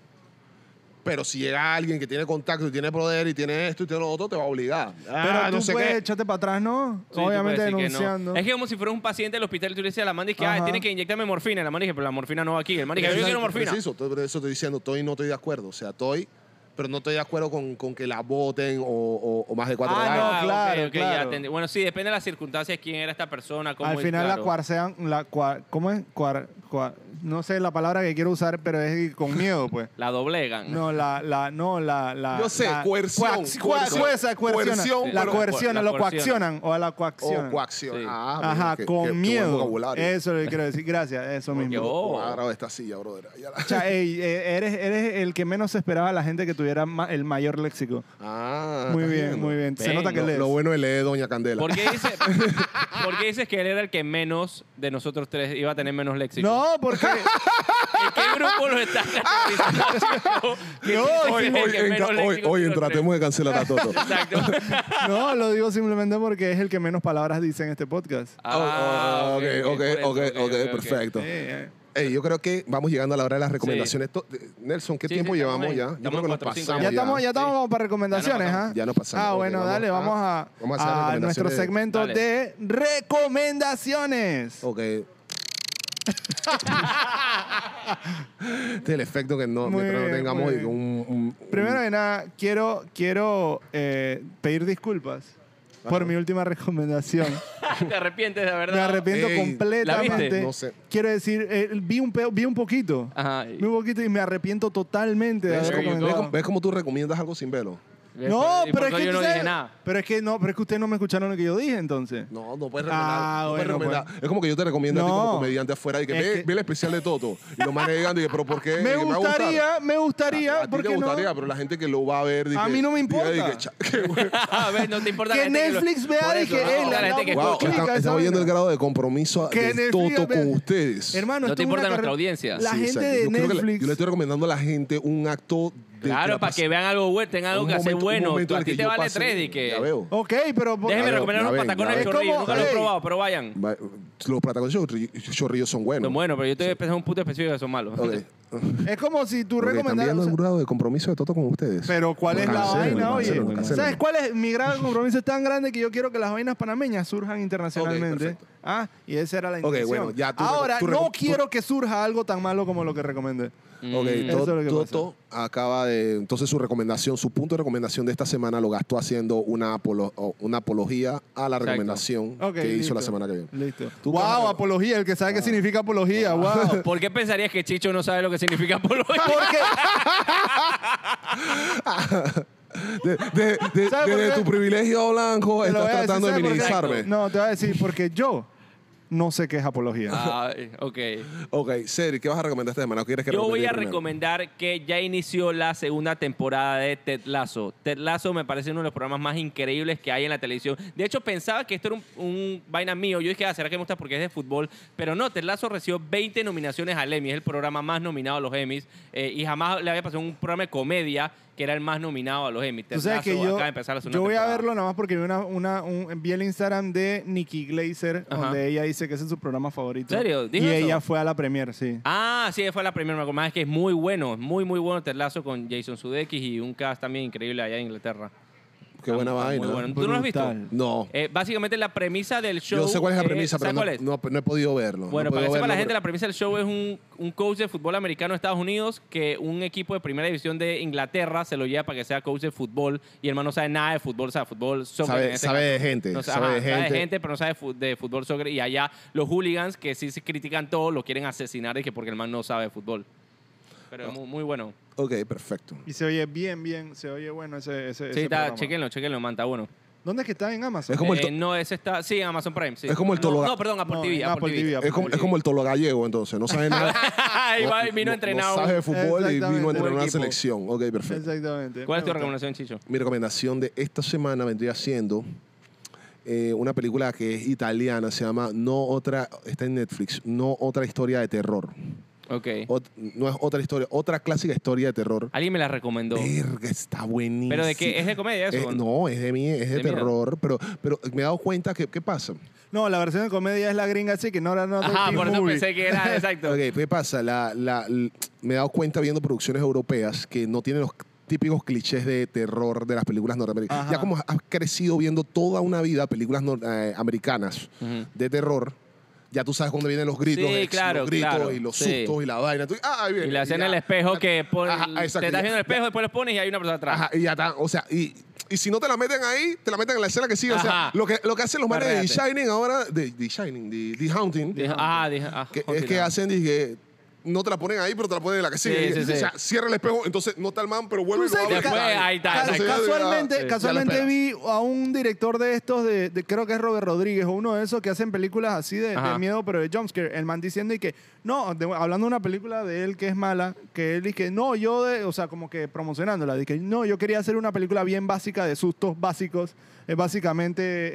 A: Pero si llega alguien que tiene contacto y tiene poder y tiene esto y tiene lo otro, te va a obligar. Ah,
B: Pero
A: no
B: tú
A: sé
B: puedes
A: qué.
B: echarte para atrás, ¿no?
C: Sí, tú
B: Obviamente
C: puedes decir que no.
B: denunciando.
C: Es que como si fuera un paciente del hospital y tú le dices a la man, que ah,
B: Ajá.
C: tiene que inyectarme morfina. La man dice, pero la morfina no va aquí. El man dice, yo quiero morfina.
A: Preciso, entonces, por eso estoy diciendo, estoy no estoy de acuerdo. O sea, estoy, pero no estoy de acuerdo con, con que la voten o, o- o más de cuatro
B: Ah,
A: años.
B: no,
C: ok,
B: claro,
C: ok,
B: claro.
C: ya entendí. Bueno, sí, depende de las circunstancias, quién era esta persona, cómo
B: Al
C: es,
B: final
C: claro.
B: la cuarcean, la cua- ¿cómo es? Cuar- cua- no sé la palabra que quiero usar, pero es con miedo, pues.
C: La doblegan.
B: No, la, la, no, la, la.
A: Yo sé,
B: la-
A: coerción,
B: coax- cua-
A: coerción.
B: cueza- coerciona.
A: Coerción,
B: la
A: pero-
B: coercionan,
C: La
B: lo
C: coaccionan.
B: coaccionan o la
A: O
B: coaccionan.
A: coacción.
C: Sí.
A: Ah, mira,
B: Ajá,
A: qué- qué-
B: con
A: qué buen
B: miedo.
A: vocabulario.
B: Eso lo que quiero decir. Gracias, eso
A: Qué
B: mismo.
C: bobo. Oh.
A: cuadrado esta silla, brother. Ya la-
B: O sea, ey, eh, eres, eres el que menos esperaba la gente que tuviera ma- el mayor léxico.
A: Ah,
B: Muy
A: ¿estás
B: bien,
A: viendo?
B: muy bien. Se
C: Ven,
B: nota que
C: lo-
B: lees.
A: Lo bueno es leer Doña Candela.
C: ¿Por qué, dice- por qué dices que él era el que menos de nosotros tres iba a tener menos léxico?
B: No, porque
C: ¿En qué grupo lo estás categorizando, chico? Que
B: No,
C: tú
A: Hoy,
C: eres el
A: hoy,
C: que
A: en
C: menos
A: ca- hoy-
C: léxico
A: hoy en
C: tiene los
A: tratemos de cancelar a Toto.
C: tres. Exacto.
B: no, lo digo simplemente porque es el que menos palabras dice en este podcast.
A: Ah, ok, ok,
C: por eso,
A: ok, ok, perfecto.
B: Sí, eh.
A: Ey, yo creo que vamos llegando a la hora de las recomendaciones. To- Nelson, ¿qué
C: Sí,
A: tiempo
C: sí, estamos
A: llevamos
C: ahí.
A: ya? Yo
C: Estamos
A: creo que nos
C: cuatro, cinco.
A: pasamos.
B: Ya estamos, ya estamos
C: Sí.
B: vamos para recomendaciones, ¿ah?
C: Ya nos
A: pasamos. Ya nos pasamos.
B: Ah,
A: Ok,
B: bueno,
A: vamos
B: dale,
A: a-
B: vamos a,
A: vamos a hacer
B: a
A: recomendaciones.
B: nuestro segmento
C: Dale.
B: de recomendaciones.
A: Ok. este es el efecto que no,
B: Muy
A: mientras no
B: bien,
A: tengamos
B: muy
A: un, un-
B: bien.
A: un-
B: Primero que nada, quiero, quiero eh, pedir disculpas por mi última recomendación.
C: Te arrepientes, de verdad.
B: Me arrepiento
A: Ey,
C: ¿la
B: completamente.
C: viste?
A: No sé.
B: Quiero decir, eh, vi, un pe- vi un poquito.
C: Ajá.
B: Vi un poquito y me arrepiento totalmente de
A: ¿Ves
B: haber
A: cómo, ves
C: There you
B: recomendado.
A: cómo- ves cómo tú recomiendas algo sin velo?
B: No,
C: Y por
B: pero es
C: eso
B: que
C: yo
B: tú
C: no
B: sabes-
C: dije nada.
B: Pero es que no, pero es que ustedes no me escucharon lo que yo dije entonces.
A: No, no puedes recomendar.
B: Ah,
A: no puedes
B: bueno,
A: recomendar.
B: pues.
A: Es como que yo te recomiendo a ti
B: No.
A: como comediante afuera y que,
B: Es
A: ve,
B: que-
A: ve el especial de Toto. Y los manes llegando y que, pero ¿por qué? Y
B: Me
A: que, va a gustar.
B: gustaría, me gustaría,
A: A, a ti
B: ¿por
A: te
B: qué no?
A: gustaría, pero la gente que lo va a ver.
B: A mí no me importa.
C: Ah, a ver, no te importa la
B: Que
C: gente lo-
B: Netflix vea
C: Por
B: y
C: eso,
B: que
C: no,
B: él
C: la
B: le ha
C: gente que
B: dado
A: wow,
C: escucha.
B: clic a
A: están,
B: esa
A: están oyendo el
B: vaina.
A: grado de compromiso
B: Que
A: de
B: Netflix
A: Toto
B: vea-
A: con ustedes.
B: Hermano,
C: No
B: esto
C: te
B: es
C: importa
B: una
C: nuestra
B: carre-
C: audiencia.
B: La
A: Sí,
B: gente
A: exacto.
B: de
A: Yo creo que le-
B: Netflix.
A: yo le estoy recomendando a la gente un acto de.
C: Claro, para que vean algo bueno, tengan algo
A: Un
C: que hacer
A: momento- un
C: bueno.
A: momento
C: Tú-
A: en
C: A
A: el que
C: ti te
A: yo
C: vale
A: pase-
C: tres y que...
A: Ya veo.
B: Ok, pero por-
C: Déjenme
A: Ya veo,
C: recomendar
A: ya
C: unos
A: ven,
C: patacones
A: ya
C: de
A: ven.
C: chorrillo. Nunca los he
B: Ey.
C: probado, pero vayan.
A: Va- Los protagonistas de chorri- chorrillos son buenos.
C: Son buenos, pero yo te voy a pensar un puto específico que son malos.
A: Ok.
B: es como si tú
A: Ok, están
B: recomendaras.
A: viendo el grado de compromiso de Toto con ustedes.
B: Pero ¿cuál es la
A: Cancelen,
B: vaina, oye?
A: cancelen, cancelen.
B: ¿Sabes cuál es? Mi gran compromiso es tan grande que yo quiero que las vainas panameñas surjan internacionalmente.
A: perfecto.
B: ah, y esa era la
A: Ok,
B: intención.
A: bueno, ya tú reco-
B: Ahora,
A: tú
B: no
A: reco- tú-
B: quiero que surja algo tan malo como lo que recomendé.
C: Mm.
A: Ok,
B: Eso es lo que
A: Toto acaba de. Entonces, su recomendación, su punto de recomendación de esta semana lo gastó haciendo una, apolo- o una apología a la recomendación
B: Ok,
A: que hizo
B: listo.
A: la semana que viene.
B: Listo.
A: Tú,
B: wow,
A: Camaro.
B: apología, el que sabe
A: Ah.
B: qué significa apología, wow.
C: ¿Por qué pensarías que Chicho no sabe lo que significa polo?
B: Porque
A: De- de- de-
B: ¿Sabes por
A: desde
B: qué?
A: tu privilegio blanco,
B: te lo
A: estás
B: voy a decir,
A: tratando de
B: ¿sabes por qué?
A: minimizarme.
B: No, te voy a decir, porque yo no sé qué es apología.
A: Ah,
C: Ay, ok.
A: Ok, Cedric, ¿qué vas a recomendar esta semana? ¿O quieres que
C: Yo
A: recomiende
C: voy
A: yo
C: a
A: primero?
C: recomendar que ya inició la segunda temporada de Ted Lasso. Ted Lasso me parece uno de los programas más increíbles que hay en la televisión. De hecho, pensaba que esto era un, un vaina mío. Yo dije, ah, ¿será que me gusta porque es de fútbol? Pero no, Ted Lasso recibió 20 nominaciones al Emmy. Es el programa más nominado a los Emmys. Eh, y jamás le había pasado un programa de comedia que era el más nominado a los Emmys. Ted
B: Tú sabes que
C: Lasso
B: yo,
C: acaba de empezar la segunda
B: yo voy a
C: temporada.
B: verlo nada más porque vi, una, una- un- vi el Instagram de Nikki Glazer,
C: Ajá.
B: donde ella dice que ese es su programa favorito.
C: ¿En serio?
B: Y
C: ¿Dijo eso?
B: ella fue a la premier, sí.
C: Ah, sí, fue la primera. Me acuerdo. Es que es muy bueno, es muy, muy bueno Ted Lasso con Jason Sudeikis y un cast también increíble allá en Inglaterra.
A: Qué buena
C: Está Ah, muy
A: vaina.
C: bueno. ¿Tú no lo has visto?
B: Brutal.
A: No.
C: Eh, básicamente la premisa del show. eh,
A: Yo sé cuál es la premisa,
C: ¿sabes
A: pero no,
C: cuál es?
A: no- no he podido verlo.
C: bueno,
A: No he
C: para que
A: podido
C: sepa la
A: verlo,
C: gente,
A: pero-
C: la premisa del show es un, un coach de fútbol americano de Estados Unidos que un equipo de primera división de Inglaterra se lo lleva para que sea coach de fútbol y el man no sabe nada de fútbol, o sea, fútbol, soccer.
A: Sabe-
C: en este
A: sabe
C: caso.
A: de gente,
C: No sa-
A: sabe de
C: sabe
A: gente.
C: de gente, pero no sabe fu- de fútbol, soccer. Y allá los hooligans que sí se critican todo lo quieren asesinar y que porque el man no sabe de fútbol. Pero es muy, muy bueno.
A: Ok, perfecto.
B: Y se oye bien, bien, se oye bueno ese, ese,
C: Sí,
B: ese
C: está,
B: programa.
C: chequenlo, chequenlo, man, está bueno.
B: ¿Dónde es que está en Amazon?
A: Es como el
C: Eh,
A: to-
C: no, ese está, sí, en Amazon Prime. sí.
A: Es como el
C: No,
A: tologa-
C: No, perdón, Apple
B: No,
C: TV.
B: en
C: Apple
B: Apple
C: TV.
B: TV,
A: Es como, es como el tolo gallego, entonces. No sabe nada.
C: Ahí va, vino
A: no-
C: entrenado.
A: No sabe de fútbol y vino
B: Exactamente.
A: a entrenar una
B: Buen equipo.
A: selección. Ok, perfecto.
B: Exactamente.
C: ¿Cuál es tu
B: Me gusta.
C: recomendación, Chicho?
A: Mi recomendación de esta semana vendría siendo eh, una película que es italiana, se llama No Otra, está en Netflix, No Otra Historia de Terror.
C: Ok.
A: Ot- no es otra historia, otra clásica historia de terror.
C: Alguien me la recomendó.
A: Verga, está buenísimo.
C: ¿Pero de qué? ¿Es de comedia eso?
A: Eh, no, es de mí, es de,
C: ¿De miedo?
A: terror, pero, pero me he dado cuenta que, ¿qué pasa?
B: No, la versión de comedia es la gringa, así que no era no
C: Ajá, por eso
B: movie.
C: pensé que era exacto.
A: Ok, ¿qué pasa? La, la- l- me he dado cuenta viendo producciones europeas que no tienen los típicos clichés de terror de las películas norteamericanas.
B: Ajá.
A: Ya como has crecido viendo toda una vida películas nor- eh, americanas
C: Ujú.
A: de terror, ya tú sabes dónde vienen los gritos,
C: Sí,
A: ex,
C: claro,
A: los gritos
C: claro,
A: y los
C: sí.
A: sustos y la vaina. Tú, ah, ahí viene,
C: Y le hacen
A: ya.
C: el espejo que pon-
A: Ajá,
C: te
A: exacto,
C: estás
A: ya.
C: viendo el espejo, después lo pones y hay una persona atrás.
A: Ajá, y ya está. O sea, y, y si no te la meten ahí, te la meten en la escena que sigue. O sea,
C: Ajá.
A: lo que, lo que hacen los manes de The
C: Arréate.
A: Shining ahora, de The Shining, de The Haunting,
C: Dije, ah, dije, ah,
A: que es
C: continúa.
A: que hacen, dije, no te la ponen ahí, pero te la ponen en la que sigue.
C: Sí, sí, sí.
A: O sea, cierra el espejo, entonces no está el man, pero vuelve y
B: Tú
A: lo
B: sabes
A: abre.
B: que
A: y
C: Después,
A: está
C: ahí está,
B: Cas-
C: exacto.
B: casualmente
C: Sí, ya
B: casualmente
C: lo
B: vi a un director de estos, de, de- creo que es Robert Rodríguez, o uno de esos que hacen películas así de, de
C: Ajá.
B: miedo, pero de jumpscare. El man diciendo y que, no, de- hablando de una película de él que es mala, que él dice, que, no, yo, de, o sea, como que promocionándola, de que no, yo quería hacer una película bien básica de sustos básicos, es básicamente eh,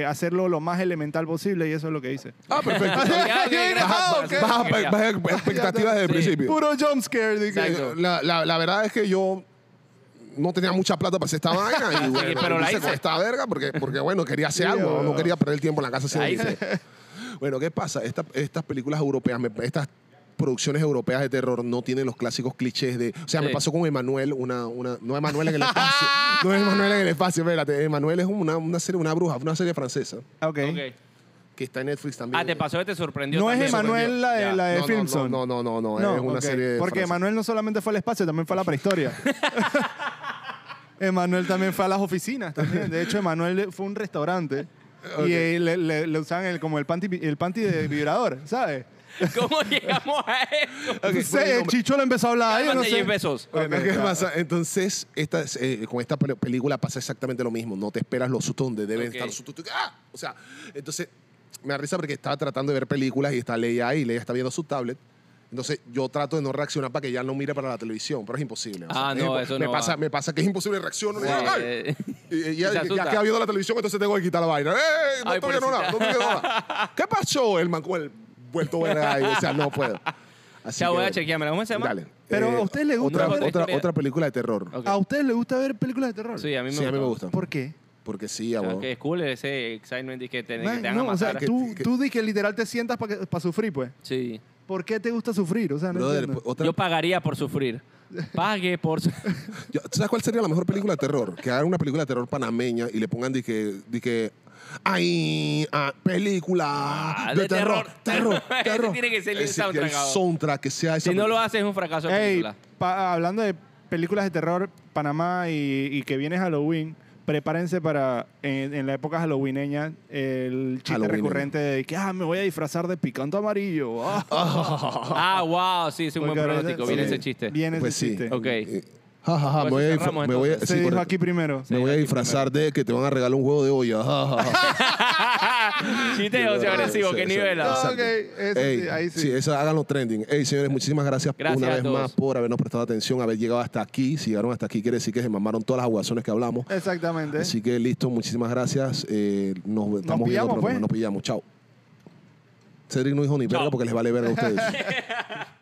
B: eh, hacerlo lo más elemental posible y eso es lo que hice.
A: Ah, perfecto.
C: Ya, ok, gracias.
A: Baja-
C: Ok.
A: baja-
C: Ok, ya.
A: baja expectativas desde el
C: Sí.
A: principio.
B: Puro jumpscare, dije.
C: Exacto.
A: eh, La, la- la verdad es que yo no tenía mucha plata para hacer esta vaina. Y bueno,
C: pero la
A: hice
C: hice.
A: con esta verga porque, porque bueno, quería hacer algo. No quería perder el tiempo en la casa
C: La
A: haciendo
C: hice.
A: eso. Bueno, ¿qué pasa? Esta- estas películas europeas, me- estas producciones europeas de terror no tienen los clásicos clichés de... O sea,
C: Sí.
A: me pasó con Emanuel, una, una... No Emanuel en el espacio. no Emanuel en el espacio, espérate. Emanuel es una, una serie, una bruja, una serie francesa
B: Ok.
C: Ok.
A: que está en Netflix también.
C: Ah, te pasó que te sorprendió.
B: No es
C: también.
B: Emanuel la
C: Ya.
B: de, la de
A: No, no,
B: Filmson.
A: No, no, no, no, no, es una
B: ok.
A: serie
B: Porque
A: francesa.
B: Emanuel no solamente fue al espacio, también fue a la prehistoria. Emanuel también fue a las oficinas también. De hecho, Emanuel fue a un restaurante y eh, le, le- le usaban el- como el panty, el panty de vibrador, ¿sabes?
C: ¿Cómo llegamos a eso?
B: Entonces, el Chicho lo empezó a hablar. Yo no
C: Cálmate,
B: sé.
C: Jeff Bezos.
A: Bueno,
B: Ok,
A: ¿qué
B: ya.
A: pasa? Entonces, esta, es, eh, con esta pel- película pasa exactamente lo mismo. No te esperas los sustos donde deben
C: Ok.
A: estar los sustos. Tú, ¡ah! O sea, entonces, me da risa porque estaba tratando de ver películas y está Leia ahí, Leia está viendo su tablet. Entonces, yo trato de no reaccionar para que ella no mire para la televisión, pero es imposible. O sea,
C: Ah,
A: es
C: no,
A: impo-
C: eso
A: me
C: no
A: Pasa,
C: va.
A: me pasa que es imposible, reacciono.
C: Sí,
A: ¡ay!
C: eh,
A: Y, y
C: se
A: ya,
C: asusta.
A: ya queda viendo la televisión, entonces tengo que quitar la vaina. ¡Eh! No
C: Ay,
A: estoy viendo nada, no
C: pobrecita.
A: estoy viendo nada. ¿Qué pasó? El man con el vuelto verga ahí. O sea, no puedo. Así
C: Ya
A: que,
C: voy a
A: bueno.
C: chequearme. ¿Cómo se llama?
A: Dale. Eh,
B: Pero, ¿a ustedes les gusta
A: Otra,
C: ver-
A: otra,
C: historia?
A: otra película de terror.
C: Ok.
B: ¿A ustedes les gusta ver películas de terror?
C: Sí, a mí me
A: sí, a mí me gusta.
B: ¿Por qué?
A: Porque sí, a
C: Ok, es cool ese excitement de que te, que
B: Man,
C: te van a
B: no, o sea,
C: matar.
A: que-
B: tú, tú di que literal te sientas para sufrir, pues.
C: Sí.
B: ¿Por qué te gusta sufrir? O sea, no
A: Brother,
B: entiendo.
A: otra-
C: Yo pagaría por sufrir. Pague por su-
A: Yo- ¿Sabes cuál sería la mejor película de terror? Que hagan una película de terror panameña y le pongan de que, de que ay, ah, película
C: Ah,
A: de,
C: de
A: terror,
C: terror.
A: terror,
C: Ese
A: terror.
C: tiene que ser el
A: Es decir,
C: soundtrack
A: que
C: ahora.
A: el soundtrack que sea esa
C: Si no lo
A: película.
C: haces, es un fracaso de
B: Ey,
C: película.
B: pa- hablando de películas de terror, Panamá y, y que viene Halloween, prepárense para en, en la época halloweeneña el chiste
A: Halloweeneña.
B: recurrente de que ah, me voy a disfrazar de picante amarillo. ah.
C: Ah, wow, sí, es un buen
B: Porque ahorita-
C: pronóstico. Viene
B: sí,
C: ese chiste.
B: Viene
A: Pues
B: ese
A: sí.
B: chiste.
C: Ok.
A: Eh, ja, ja, ja,
C: Pues
A: me voy a
C: cerramos,
A: dif- me voy a-
C: entonces.
A: sí,
B: Se dijo
A: correcto.
B: aquí primero.
A: Me voy a disfrazar de que te van a regalar un juego de olla. ja, ja, ja.
C: Chiste o sea, agresivo,
A: Sí,
C: qué
A: sí,
C: nivel.
A: sí,
B: No,
A: exacto.
B: ok, eso
A: Ey,
B: sí, ahí sí.
A: esa, háganlo trending. Ey, señores, muchísimas gracias,
C: Gracias
A: una
C: a
A: vez
C: todos.
A: más por habernos prestado atención, haber llegado hasta aquí. Si llegaron hasta aquí, quiere decir que se mamaron todas las aguazones que hablamos.
B: Exactamente.
A: Así que listo, muchísimas gracias. Eh, nos, estamos viendo
B: pillamos,
A: pronto.
B: pues.
A: Nos pillamos, chao. Cedric no dijo ni verga porque les vale verga a ustedes.